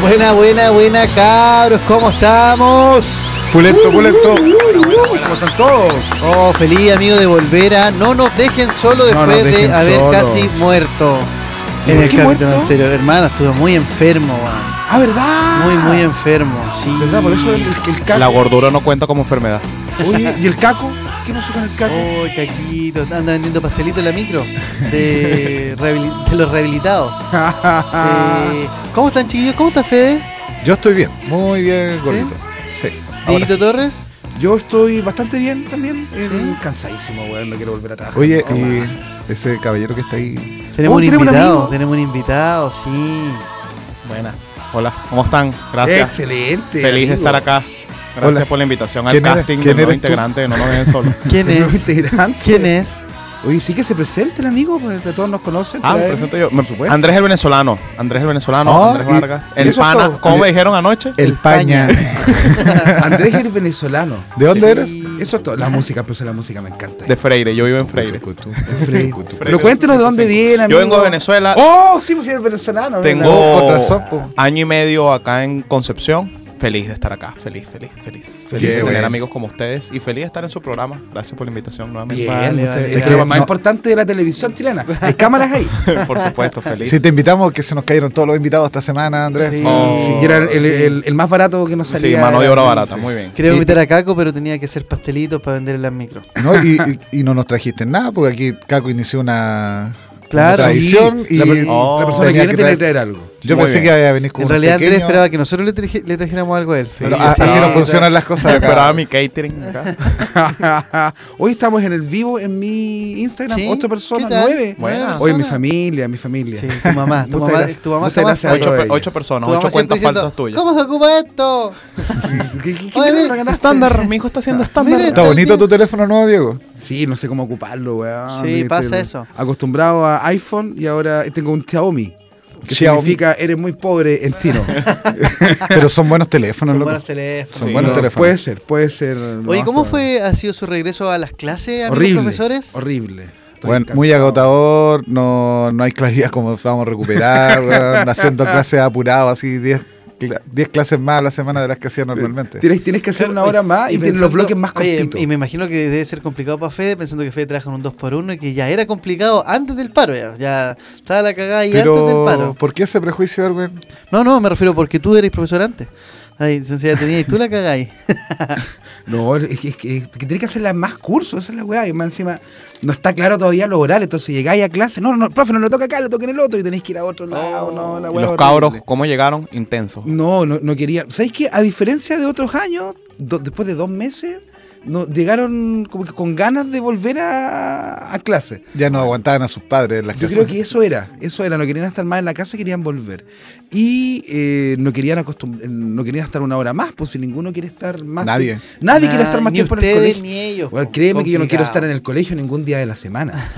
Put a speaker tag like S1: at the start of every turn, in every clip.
S1: Buena, buena, buena, cabros, ¿cómo estamos?
S2: Pulecto, pulecto. ¿Cómo están todos?
S1: Oh, feliz amigo de volver a No nos dejen solo
S2: No nos
S1: después de
S2: dejen
S1: haber
S2: solo.
S1: casi muerto.
S2: ¿Y
S1: En
S2: por
S1: el
S2: qué
S1: capítulo
S2: muerto?
S1: anterior, hermano, estuve muy enfermo, weón.
S2: Ah, ¿verdad?
S1: Muy, muy enfermo, sí.
S2: ¿Verdad? Por eso el, el, el caco.
S3: La gordura no cuenta como enfermedad.
S2: Oye, ¿y el caco? ¿Qué pasó con el caco?
S1: Oh, caquito, anda vendiendo pastelitos en la micro de, rehabili- de los rehabilitados.
S2: Ah.
S3: Oh.
S1: Sí. ¿Cómo están, chiquillos? ¿Cómo está Fede?
S3: Yo estoy bien, muy bien, gordito. Sí. Ahora
S1: Dieguito Torres.
S2: Yo estoy bastante bien también. eh,
S1: ¿Sí?
S2: Cansadísimo, weón. No quiero volver a
S3: sí.
S2: trabajar.
S3: Oye, y ese caballero que está ahí.
S1: Tenemos
S2: Oh,
S1: un
S2: tenemos un
S1: invitado,
S2: amigo.
S1: tenemos un invitado, sí.
S3: Buena. Hola, ¿cómo están? Gracias.
S2: Excelente.
S3: Feliz de estar acá. Gracias
S2: Hola.
S3: por la invitación al
S2: ¿Quién eres?
S3: casting
S2: ¿Quién
S3: del nuevo
S2: eres tú?
S3: integrante de No Nos Dejen Solo.
S1: ¿Quién es?
S2: integrante.
S1: ¿Quién es?
S2: Oye, sí que se presente el amigo, pues que todos nos conocen.
S3: Ah, me
S2: pero-
S3: presento yo. Me-
S2: supuesto.
S3: Andrés el venezolano. Andrés el venezolano,
S2: Ah,
S3: Andrés
S2: y-
S3: Vargas.
S2: y
S3: el
S2: eso es
S3: pana.
S2: todo. Eh,
S3: ¿Cómo me
S2: El-
S3: dijeron anoche?
S1: El Paña.
S2: Andrés el venezolano.
S3: ¿De dónde eres?
S2: Eso es todo. La música, pues la música me encanta.
S3: De Freire, yo vivo en Freire.
S2: Freire. Pero cuéntenos de dónde viene, amigo.
S3: Yo vengo de Venezuela.
S2: Oh, sí, pues sí, eres venezolano. ¿verdad?
S3: Tengo
S2: Con razón, po.
S3: año y medio acá en Concepción. Feliz de estar acá, feliz, feliz, feliz. Feliz de tener
S2: bueno.
S3: amigos como ustedes y feliz de estar en su programa. Gracias por la invitación nuevamente.
S2: Bien,
S1: Vale,
S2: usted-
S1: vale,
S2: es que
S1: vale.
S2: lo más
S1: No.
S2: importante de la televisión chilena. Hay cámaras ahí.
S3: por supuesto, feliz.
S4: Si te invitamos, que se nos cayeron todos los invitados esta semana, Andrés.
S1: Sí.
S3: Oh.
S2: Sí, y era el, el- el más barato que nos
S3: Sí,
S2: salía.
S3: mano de
S2: era-
S3: obra barata, muy bien.
S1: Quería invitar a Caco, pero tenía que hacer pastelitos para vender en las micro.
S4: ¿No? Y, y- y no nos trajiste nada, porque aquí Caco inició una,
S1: Claro.
S4: una tradición.
S2: Sí,
S4: y
S2: la, per-
S3: Oh.
S2: la persona que
S4: tenía
S2: viene
S4: que
S2: tiene que
S4: traer-
S2: traer algo.
S4: Yo
S3: Muy
S4: pensé
S3: bien.
S4: que iba a venir con
S1: en
S4: unos
S1: realidad Andrés
S4: pequeños,
S1: esperaba que nosotros le, traje- le trajéramos algo a él.
S3: Sí,
S4: pero
S3: yo
S4: a-
S3: sí.
S4: así no funcionan las
S3: Yo
S4: cosas. acá.
S3: esperaba mi catering acá.
S2: Hoy estamos en el vivo en mi Instagram.
S1: Sí,
S2: Ocho
S1: ¿qué
S2: personas,
S1: tal?
S2: nueve.
S1: Nueve
S3: Buena.
S2: Oye, mi
S1: personas.
S2: familia, mi familia.
S1: Sí, tu mamá, tu
S2: Muchas
S1: mamá,
S2: gracias.
S1: tu mamá
S2: Muchas
S1: jamás-
S2: gracias a
S3: Ocho,
S2: todos
S3: pe-
S2: ellos.
S3: ocho personas,
S1: Tu mamá
S3: ocho
S1: siempre
S3: cuentas
S1: diciendo,
S3: faltas tuyas.
S1: ¿Cómo se ocupa esto?
S2: ¿Qué, qué- qué
S1: Oye,
S2: me
S1: mira,
S2: regalaste?
S3: Estándar, mi hijo está haciendo estándar.
S1: mira.
S4: Está bonito tu teléfono nuevo, Diego.
S2: Sí, no sé cómo ocuparlo, weón.
S1: Sí,
S2: Estoy
S1: pasa eso.
S2: Acostumbrado a iPhone y ahora tengo un Xiaomi. Que
S4: Xiaomi.
S2: significa eres muy pobre en chino.
S4: Pero son buenos teléfonos,
S1: Son
S4: loco.
S1: buenos teléfonos.
S4: Son
S3: Sí,
S4: buenos
S3: no,
S4: teléfonos.
S2: Puede ser, puede ser. lo
S1: Oye,
S2: más
S1: ¿cómo
S2: probable.
S1: fue, ha sido su regreso a las clases, amigos
S2: Horrible.
S1: profesores?
S2: Horrible. Estoy
S4: Bueno, muy
S2: cansado.
S4: agotador, no, no hay claridad cómo vamos a recuperar, weón, haciendo clases apurado, así 10 cla- 10 clases más a la semana de las que hacía normalmente.
S2: Tienes, tienes que hacer una hora más y, tienes
S1: pensando-
S2: los bloques más
S1: Oye,
S2: cortitos.
S1: y me imagino que debe ser complicado para Fede, pensando que Fede trabaja en un 2x1 y que ya era complicado antes del paro, ya, ya estaba la cagada y antes del
S4: Pero,
S1: paro.
S4: ¿por qué ese prejuicio, Erwin?
S1: No, no, me refiero porque tú eres profesor antes. Ahí, entonces ya tenías, tú la cagáis.
S2: No, es que, es que- es que tienes que hacerla más cursos, esa es la weá. Y más encima, no está claro todavía lo oral, entonces llegáis a clase. No, no, profe, no lo toca acá, lo toca en el otro y tenéis que ir a otro lado.
S1: Oh.
S2: No, la
S3: Y
S2: weá
S3: los
S2: horrible.
S3: cabros, ¿cómo llegaron? Intensos.
S2: No, no, no quería. ¿Sabéis qué? A diferencia de otros años, do- después de dos meses, no, llegaron como que con ganas de volver a, a clase.
S4: Ya no aguantaban a sus padres en las
S2: Yo
S4: clases.
S2: creo que eso era, eso era, no querían estar más en la casa, querían volver. Y eh, no querían acostum- eh, no querían estar una hora más, pues si ninguno quiere estar más.
S4: Nadie.
S2: Nadie quiere estar más
S1: Ni
S2: tiempo en el
S1: ustedes
S2: colegio.
S1: Ni ellos,
S2: Bueno,
S1: po.
S2: créeme que yo no quiero
S1: Complicado.
S2: estar en el colegio ningún día de la semana.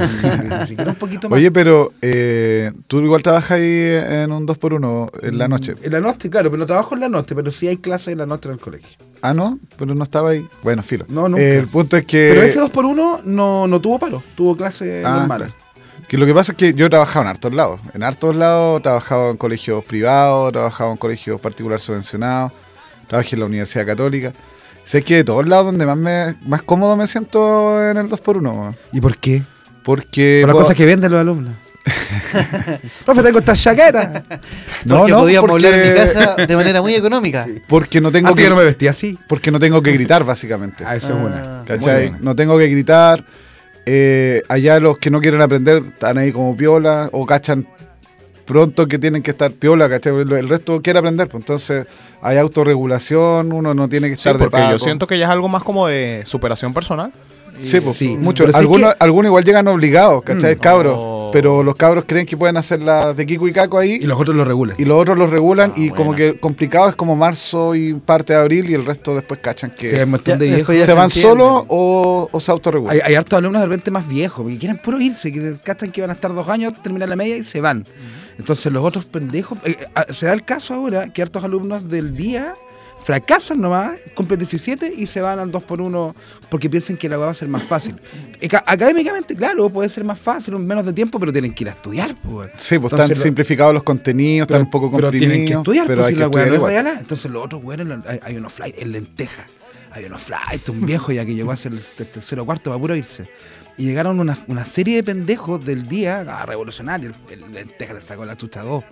S2: Ni siquiera un poquito más.
S4: Oye, pero eh, tú igual trabajas ahí en un 2x1 en
S2: Mm.
S4: la noche.
S2: En la noche, claro, pero no trabajo en la noche, pero sí hay clases en la noche en el colegio.
S4: Ah, no, pero no estaba ahí. Bueno, filo.
S2: No, nunca.
S4: Eh, el punto es que.
S2: Pero ese 2x1 no, no tuvo paro, tuvo clase
S4: Ah,
S2: normal.
S4: Que lo que pasa es que yo he trabajado en hartos lados. En hartos lados, he trabajado en colegios privados, he trabajado en colegios particulares subvencionados, trabajé en la Universidad Católica. Sé que de todos lados donde más me más cómodo me siento en el 2x1, weón.
S2: ¿Y por qué?
S4: porque...
S2: Por las
S4: puedo-
S2: cosas que venden los alumnos. Profe, tengo esta chaqueta.
S1: Porque podíamos
S4: porque-
S1: hablar en mi casa de manera muy económica.
S4: Porque no tengo
S2: Antes
S4: que...
S2: Ah, yo no me vestía así.
S4: Porque no tengo que gritar, básicamente.
S2: Ah, eso
S1: Ah.
S2: es una.
S4: ¿Cachai?
S2: Muy buena.
S4: No tengo que gritar. eh, allá los que no quieren aprender están ahí como piola o cachan pronto que tienen que estar piola, ¿cachai? El el resto quiere aprender, pues entonces hay autorregulación, uno no tiene que
S3: Sí,
S4: estar de
S3: porque yo
S4: paco.
S3: siento que ya es algo más como de superación personal.
S4: Sí, pues,
S2: Sí.
S4: mucho.
S2: Pero sí
S4: Algunos,
S2: que-
S4: algunos igual llegan obligados, ¿cachai?
S2: Mm.
S4: Cabros.
S3: Oh.
S4: Pero los cabros creen que pueden hacer las de Kiko y Caco ahí
S2: Y los otros lo regulan.
S4: y los otros los regulan
S3: Ah,
S4: y como
S3: buena.
S4: que complicado es como marzo y parte de abril y el resto después cachan que
S2: Sí, hay un montón de
S1: Ya,
S2: viejos.
S1: después ya
S4: se
S1: se
S4: van
S1: entiende.
S4: solos o, o se autorregulan.
S2: Hay, hay hartos alumnos de repente más viejos, que quieren puro irse, que gastan que van a estar dos años, terminan la media y se van. ah, Entonces los otros pendejos, eh, eh, se da el caso ahora que hartos alumnos del día fracasan nomás, cumplen 17 y se van al 2 por 1 porque piensan que la weá va a ser más fácil. Eca- Académicamente, claro, puede ser más fácil, menos de tiempo, pero tienen que ir a estudiar. po, weón.
S4: Sí, pues
S2: Entonces,
S4: están
S2: lo-
S4: simplificados los contenidos,
S2: pero-
S4: están un poco
S2: Pero
S4: comprimidos.
S2: tienen que estudiar,
S4: pero
S2: pues,
S4: hay
S2: si
S4: que
S2: la weá
S4: estudiar
S2: no es
S4: igual.
S2: regalada. Entonces los otros weones, lo- hay, hay unos fly en lenteja. Hay unos fly, un viejo ya que llegó a ser el te- tercero cuarto para puro irse. Y llegaron una, una serie de pendejos del día a revolucionar. y El, el lenteja le sacó la chucha a dos.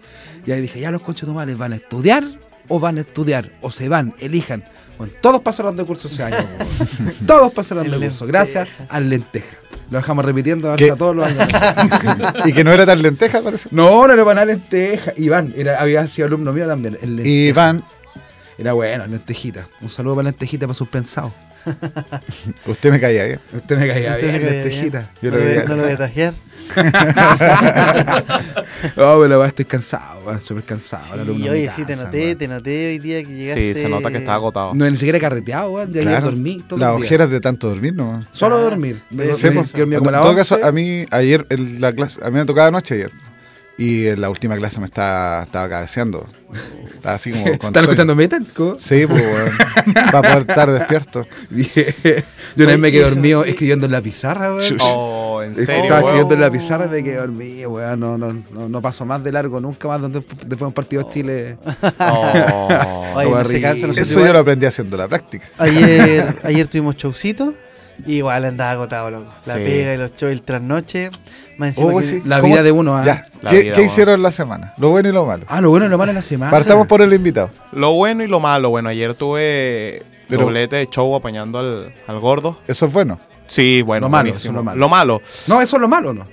S2: Y ahí dije, ya los conchos normales van a estudiar o van a estudiar, o se van, elijan. Bueno, todos pasaron de curso ese año. weón. todos pasaron
S1: El
S2: de curso, gracias al lenteja. Lo dejamos repitiendo
S4: ¿Qué?
S2: hasta todos los años.
S4: y que no era tan lenteja, parece.
S2: No, no era para nada lenteja. Iván, era, había sido alumno mío también. el lenteja.
S4: Y Iván,
S2: Era bueno, lentejita. Un saludo para lentejita para sus pensados.
S4: usted me caía bien.
S2: Usted me caía
S1: Usted
S2: bien,
S1: me caía
S2: lentejita.
S4: Yo
S1: no, lo
S4: lo
S1: voy a-
S4: veía.
S1: no lo voy a tajear.
S2: No, "Oh, pero va, estoy cansado, va, súper cansado. el
S1: Sí,
S2: alumno me
S1: oye, sí, te
S2: cansa,
S1: noté,
S2: weón.
S1: te noté hoy día que llegaste.
S3: Sí, se nota que está agotado.
S2: No, ni siquiera carreteado, weón. Ya ayer
S4: Claro,
S2: dormí todo
S4: Las
S2: el día.
S4: ojeras de tanto dormir, ¿no?
S2: Solo
S1: Ah,
S2: dormir. Me,
S1: sí,
S2: me,
S4: Sí,
S2: me,
S4: pues.
S2: que dormía
S4: En
S2: como a las
S4: todo caso,
S2: 11.
S4: a mí ayer en la clase, a mí me tocaba noche ayer. Y en la última clase me estaba, estaba cabeceando. Estaba así como con
S2: ¿Están
S4: sueño.
S2: escuchando metal? ¿Cómo?
S4: Sí, pues, weón. Para poder estar despierto.
S2: Bien. Yo una vez me
S1: Oye,
S2: quedé
S1: eso,
S2: dormido
S1: sí.
S2: escribiendo en la pizarra, weón.
S4: Chuch.
S3: Oh, en
S2: Es que
S3: serio.
S2: Estaba
S1: weón?
S2: escribiendo en la pizarra de que dormí, weón. No, no, no, no paso más de largo, nunca más donde- después de un partido de Chile.
S3: Oh.
S1: Oye, no se
S2: Aguarri-
S1: cansa, no se
S4: Eso yo lo aprendí haciendo la práctica.
S1: Ayer, ayer tuvimos showcito y igual andaba agotado, loco. La
S3: Sí.
S1: pega y los shows, el trasnoche. Más encima
S4: Oh,
S1: que-
S4: sí.
S2: La
S4: ¿Cómo?
S2: vida de uno, ah.
S4: Ya,
S3: La
S4: ¿qué,
S3: vida,
S4: qué
S3: weón.
S4: hicieron la semana? Lo bueno y lo malo.
S2: Ah, lo bueno y lo malo de la semana.
S4: Partamos por el invitado.
S3: Lo bueno y lo malo. Bueno, ayer tuve
S4: Pero-
S3: doblete de show apañando al, al gordo.
S4: Eso es bueno.
S3: Sí, bueno,
S2: Lo malo,
S3: buenísimo.
S2: eso es lo malo.
S3: Lo malo.
S2: No, eso es lo malo, ¿no?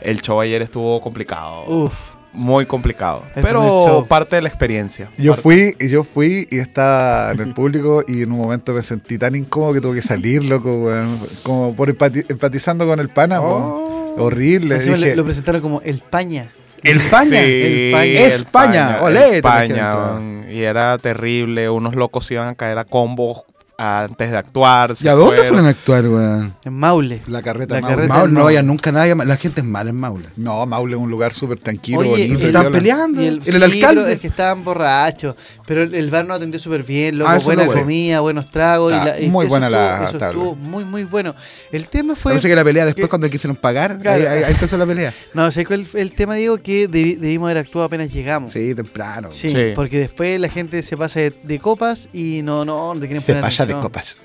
S3: El show ayer estuvo complicado.
S1: Uf,
S3: Muy complicado.
S1: El primer
S3: pero
S1: show.
S3: parte de la experiencia.
S4: Yo
S3: Parte-
S4: fui, yo fui y estaba en el público y en un momento me sentí tan incómodo que tuve que salir, loco, weón. Como por empati- empatizando con el pana, weón. Horrible.
S1: Oh. encima
S4: Dije,
S1: le- lo presentaron como el paña.
S2: El paña.
S3: Sí,
S1: el paña.
S3: el
S2: España,
S3: paña,
S2: olé, te
S3: el paña,
S2: imagino.
S3: weón. y era terrible. Unos locos iban a caer a combos antes de actuar.
S2: ¿Y
S3: se
S2: a dónde
S3: fueron.
S2: fueron a actuar, weón?
S1: En Maule.
S4: La carreta
S1: La
S4: Maule.
S1: carreta
S2: Maule,
S1: del
S2: no
S1: Maule.
S2: vayan nunca nadie. La gente es mala en Maule.
S4: No, Maule es un lugar súper tranquilo,
S1: Oye,
S4: bonito.
S1: y
S2: están
S4: viola.
S2: peleando. anda,
S1: Y
S2: el alcalde.
S1: pero Es que estaban borrachos. Pero el, el bar nos atendió súper bien, loco.
S2: Ah, eso
S1: buena
S2: no, bueno.
S1: comida, buenos tragos.
S4: Ah,
S1: y la- y
S4: muy
S1: eso
S4: buena la
S1: estuvo- eso
S4: tabla.
S1: estuvo muy, muy bueno. El tema fue.
S2: Parece que la pelea después
S1: que-
S2: cuando quisieron pagar. ahí-
S1: Claro.
S2: Ahí, ahí empezó la pelea.
S1: No, sé el, el tema, digo, que debi- debimos haber actuado apenas llegamos.
S2: Sí, temprano.
S1: Sí,
S3: Sí.
S1: porque después la gente se pasa de, de copas y no, no, no te quieren
S4: Se
S1: poner
S4: pasa de
S1: atención.
S4: copas.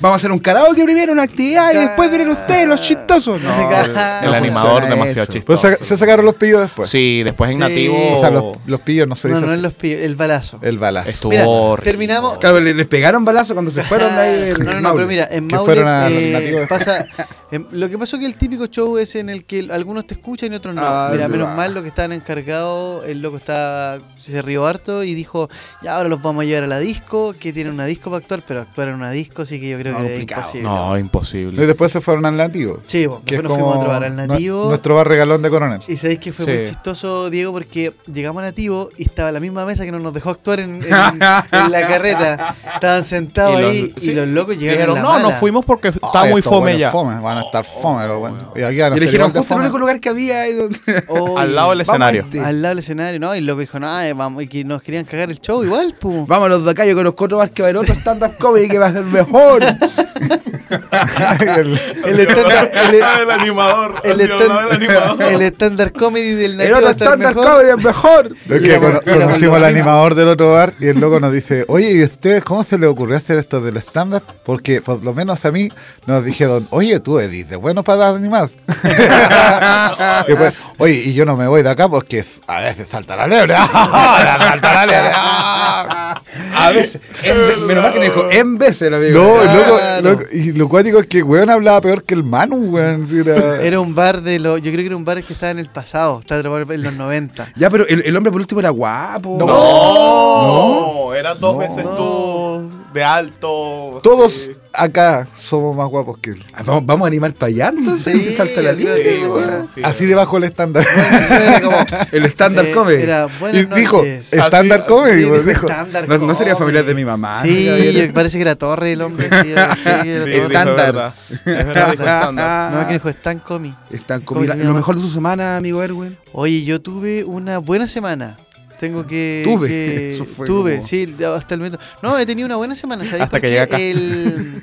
S2: Vamos a hacer un karaoke primero, una actividad y después vienen ustedes, los chistosos. No,
S1: No,
S2: no
S1: el
S3: El
S2: funciona
S3: animador
S2: eso.
S3: demasiado chistoso. Pues,
S4: Pero saca- se sacaron los pillos después.
S3: Sí, después en
S1: Sí.
S3: nativo
S4: O sea, los, los pillos no se
S1: No,
S4: dice
S1: no,
S4: así.
S1: en los pillos, el balazo.
S4: El balazo.
S3: estuvo
S1: Mira,
S3: horrible.
S1: terminamos-
S2: Claro, le- les pegaron balazo cuando se fueron de ahí.
S1: no,
S2: del
S1: no, no,
S2: Maule.
S1: pero mira, en
S4: Que
S1: Maule
S4: fueron a-
S1: eh,
S4: nativo de-
S1: pasa... em, lo que pasó que el típico show es en el que algunos te escuchan y otros no.
S2: Ah,
S1: mira, menos
S2: ah.
S1: mal lo que estaban encargados, el loco está se rió harto y dijo, ya ahora los vamos a llevar a la disco, que tienen una disco para actuar, pero actuar en una disco, así que yo creo
S2: No,
S1: que es
S2: complicado.
S1: imposible.
S3: No,
S4: No, Y
S3: imposible.
S4: después se fueron al nativo.
S1: Sí, bo,
S4: que es
S1: después nos fuimos a
S4: como
S1: otro bar al
S4: nu-
S1: nativo.
S4: Nuestro bar regalón de coronel.
S1: Y sabéis que fue
S3: Sí.
S1: muy chistoso, Diego, porque llegamos a Nativo y estaba la misma mesa que no nos dejó actuar en, en- en la carreta. Estaban sentados
S3: Y los-
S1: ahí
S3: sí.
S1: y los locos llegaron.
S3: Dijeron,
S1: a la
S3: no,
S1: mala".
S3: nos fuimos porque está
S4: Ay,
S3: muy
S4: estos
S3: fome
S4: buenos
S3: ya.
S4: fome, Van a estar
S3: Oh,
S4: fome, los buenos. Y aquí van a
S2: Y
S4: ser
S2: eligieron
S4: igual de
S2: justo el
S4: fome.
S2: único lugar que había. ahí donde-
S1: Oye,
S3: Al lado
S2: Vamos
S3: del
S2: a
S3: escenario.
S2: este.
S1: Al lado del escenario, ¿no? Y el loco dijo, no, eh, vamos, y que nos querían cagar el show igual, pum.
S2: Vamos a los Dacayo con los cuatro bars que va a haber otro stand-up comedy que va a ser mejor.
S4: El-
S1: El estándar, el-
S3: animador.
S1: el estándar- el estándar comedy del
S2: El
S1: Nativo
S2: otro
S1: va a estar
S2: stand-up
S1: mejor.
S2: comedy es mejor.
S4: Es
S1: Y
S4: que
S1: éramos-
S4: cono-
S1: éramos
S4: conocimos al
S1: los
S4: animador del otro bar y el loco nos dice, oye, ¿y ustedes cómo se les ocurrió hacer esto del stand-up? Porque por lo menos a mí nos dijeron, oye, tú Edith, de bueno para animar. y después, oye, y yo no me voy de acá porque a veces salta la liebre. salta la liebre.
S2: A veces. En
S1: Eh,
S2: ve- menos mal que me dijo en veces el amigo.
S4: No,
S2: Ah,
S4: loco, loco, y lo cuático es que weón hablaba peor que el Manu, weón. si era-
S1: Era un bar de los. Yo creo que era un bar que estaba en el pasado, estaba atrapado en los 90.
S2: Ya, pero el, el hombre por último era guapo.
S3: No, era dos
S2: No.
S3: veces tú de alto.
S4: Todos
S3: Sí.
S4: acá somos más guapos que él.
S2: Ah, Vamos, vamos a animar para allá entonces.
S1: Sí,
S2: se salta la
S1: yo creo
S2: línea.
S1: que sí,
S2: weón.
S1: weón.
S3: Sí,
S4: Así
S3: weón.
S4: debajo el estándar.
S1: Eso era como-
S2: El stand-up
S1: Eh,
S2: comedy.
S1: Era
S4: Y
S1: buenas
S4: dijo,
S1: noches.
S4: estándar
S3: Así-
S4: comedy,
S1: Sí,
S4: weón,
S1: dijo
S4: dijo.
S1: estándar
S2: No, no sería
S1: comedy.
S2: familiar de mi mamá.
S1: Sí,
S2: ¿no? Era-
S1: yo- parece que era Torre el hombre. sí, era- sí, era
S3: Sí,
S1: Torre.
S2: tan-
S3: dijo,
S2: estándar.
S3: es verdad. Es verdad, dijo estándar.
S1: No, es que dijo, están comi.
S2: Están
S1: ¿Cómo
S2: comida.
S1: se
S2: Lo
S1: llama?
S2: mejor de su semana, amigo Erwin.
S1: Oye, yo tuve una buena semana. Tengo que.
S2: Tuve,
S1: que-
S2: eso fue
S1: tuve,
S2: como-
S1: sí, hasta el momento. No, he tenido una buena semana, ¿sabes?
S3: Hasta que
S1: Porque
S3: llegué acá.
S1: el-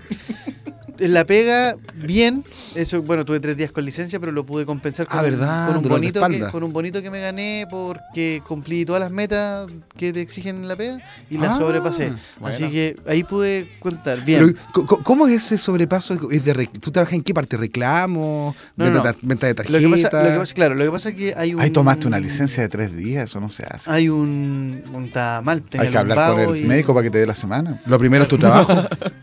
S1: la pega, bien. Eso, bueno, tuve tres días con licencia, pero lo pude compensar con,
S2: Ah,
S1: un-
S2: ¿verdad?
S1: con un
S2: Dolor de
S1: bonito que,
S2: espalda.
S1: con un bonito que me gané porque cumplí todas las metas que te exigen en la pega y las
S2: Ah,
S1: sobrepasé.
S4: bueno.
S1: Así que ahí pude contar. Bien.
S2: Pero, co- co- ¿Cómo es ese sobrepaso? ¿Es de rec- ¿Tú trabajas en qué parte? ¿Reclamo?
S1: No,
S2: ¿Venta,
S1: no, no.
S2: ta- venta de tarjeta?
S1: lo que pasa, lo que pasa- claro, lo que pasa es que hay un.
S4: Ahí tomaste una licencia de tres días, eso no se hace.
S1: Hay un. un está mal. tenía
S4: Hay que hablar
S1: lumbago
S4: con el
S1: y-
S4: médico para que te dé la semana.
S2: Lo primero es tu trabajo.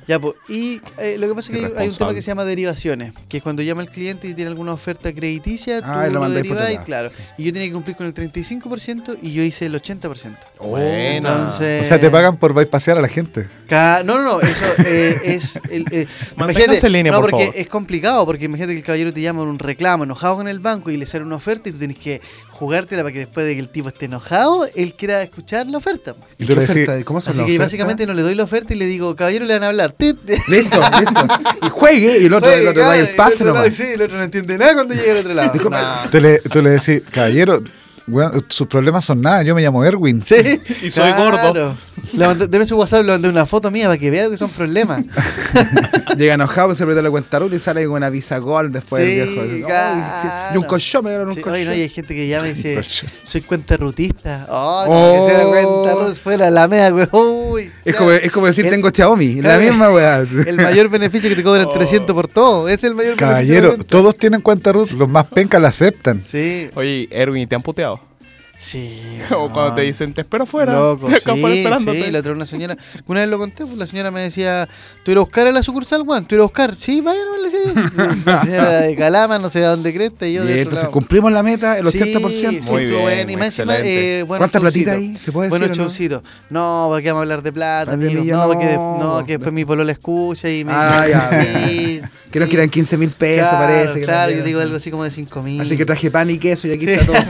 S1: Ya, pues. Y eh, lo que pasa es que hay- hay un tema
S4: Irresponsable.
S1: que se llama derivaciones, que es cuando llama el cliente y tiene alguna oferta crediticia,
S2: Ah, y
S1: tú
S2: lo
S1: lo,
S2: mandáis por
S1: derivas
S2: otro
S1: y
S2: lado,
S1: claro. Y yo tenía que cumplir con el 35% y yo hice el 80%.
S2: Oh,
S3: Buena.
S1: Entonces,
S4: O sea, te pagan por bypassear a la gente.
S1: ca- no, no, no, eso eh, es. El, eh,
S3: Manténgase en línea,
S1: no,
S3: por
S1: porque
S3: favor.
S1: es complicado, porque imagínate que el caballero te llama en un reclamo, enojado con el banco y le sale una oferta y tú tienes que jugártela para que después de que el tipo esté enojado, él quiera escuchar la oferta.
S2: ¿Y
S4: Y
S2: qué
S4: tú le decís-
S2: oferta? ¿Cómo son
S1: Así
S2: las
S1: que
S2: ofertas?
S1: básicamente no le doy la oferta y le digo, caballero, le van a hablar. Tit.
S2: Listo, listo. Y juegue y el otro,
S1: Oye,
S2: el otro
S1: claro,
S2: da
S1: y
S2: el pase
S1: otro lado,
S2: nomás.
S1: Sí, el otro no entiende nada cuando llega al otro lado.
S2: Disculpa.
S1: Nah.
S4: Tú le, tú le decís, caballero, weón, sus problemas son nada, yo me llamo Erwin.
S1: Sí,
S3: Y soy gordo.
S1: Le mandé- deme su WhatsApp, le mandé una foto mía para que vea que son problemas.
S2: Llega enojado, se apretó la cuenta ruta y sale con una visa gol después
S1: Sí,
S2: el viejo. Ay, sí.
S1: claro.
S2: Y un colchón, me dieron un
S1: Sí,
S2: colchón.
S1: oye, no, y hay gente que llama y dice,
S4: Coche.
S1: soy cuentarrutista. Oh, como que sea
S2: Oh.
S1: cuentarrut, fuera la mea, güey. Uy,
S2: es,
S1: ya.
S2: como, es como decir,
S1: El-
S2: tengo Xiaomi.
S1: Claro.
S2: La misma weá.
S1: El mayor beneficio que te cobran 300 por todo. Es el mayor
S4: Caballero,
S1: beneficio.
S4: todos tienen cuenta Ruth, los más pencas la aceptan.
S1: Sí,
S3: Oye, Erwin, ¿te han puteado?
S1: sí.
S3: O cuando te
S1: no.
S3: dicen, te espero afuera.
S1: Loco,
S3: te
S1: sí,
S3: acabo afuera esperándote.
S1: sí, la otra vez una señora, una vez lo conté, pues, la señora me decía, ¿tú ir a buscar a la sucursal, Juan? ¿Tú ir a buscar? Sí, vaya, no le sé. La señora de Calama, no sé de dónde cresta, y yo
S2: Y
S1: de otro
S2: entonces
S1: lado.
S2: cumplimos la meta, el
S1: Sí,
S2: 80%.
S1: sí,
S3: Muy
S1: estuvo
S3: bien,
S1: bueno, y más encima,
S3: excelente.
S1: eh, buenos
S2: ¿Cuánta platita
S1: showcitos.
S2: ahí? ¿Se puede
S1: Buenos
S2: decir o no?
S1: showcitos. No, porque vamos a hablar de plata,
S2: Par de
S1: amigos.
S2: millas,
S1: No, porque de-
S2: no.
S1: no, que después mi polo la escucha y me
S2: Ah, ya.
S1: sí,
S2: Creo
S1: sí.
S2: que eran 15 mil pesos,
S1: Claro,
S2: parece. que
S1: Claro,
S2: eran-
S1: yo digo algo así como de 5 mil.
S2: Así que traje pan y queso y aquí
S1: Sí.
S2: está todo.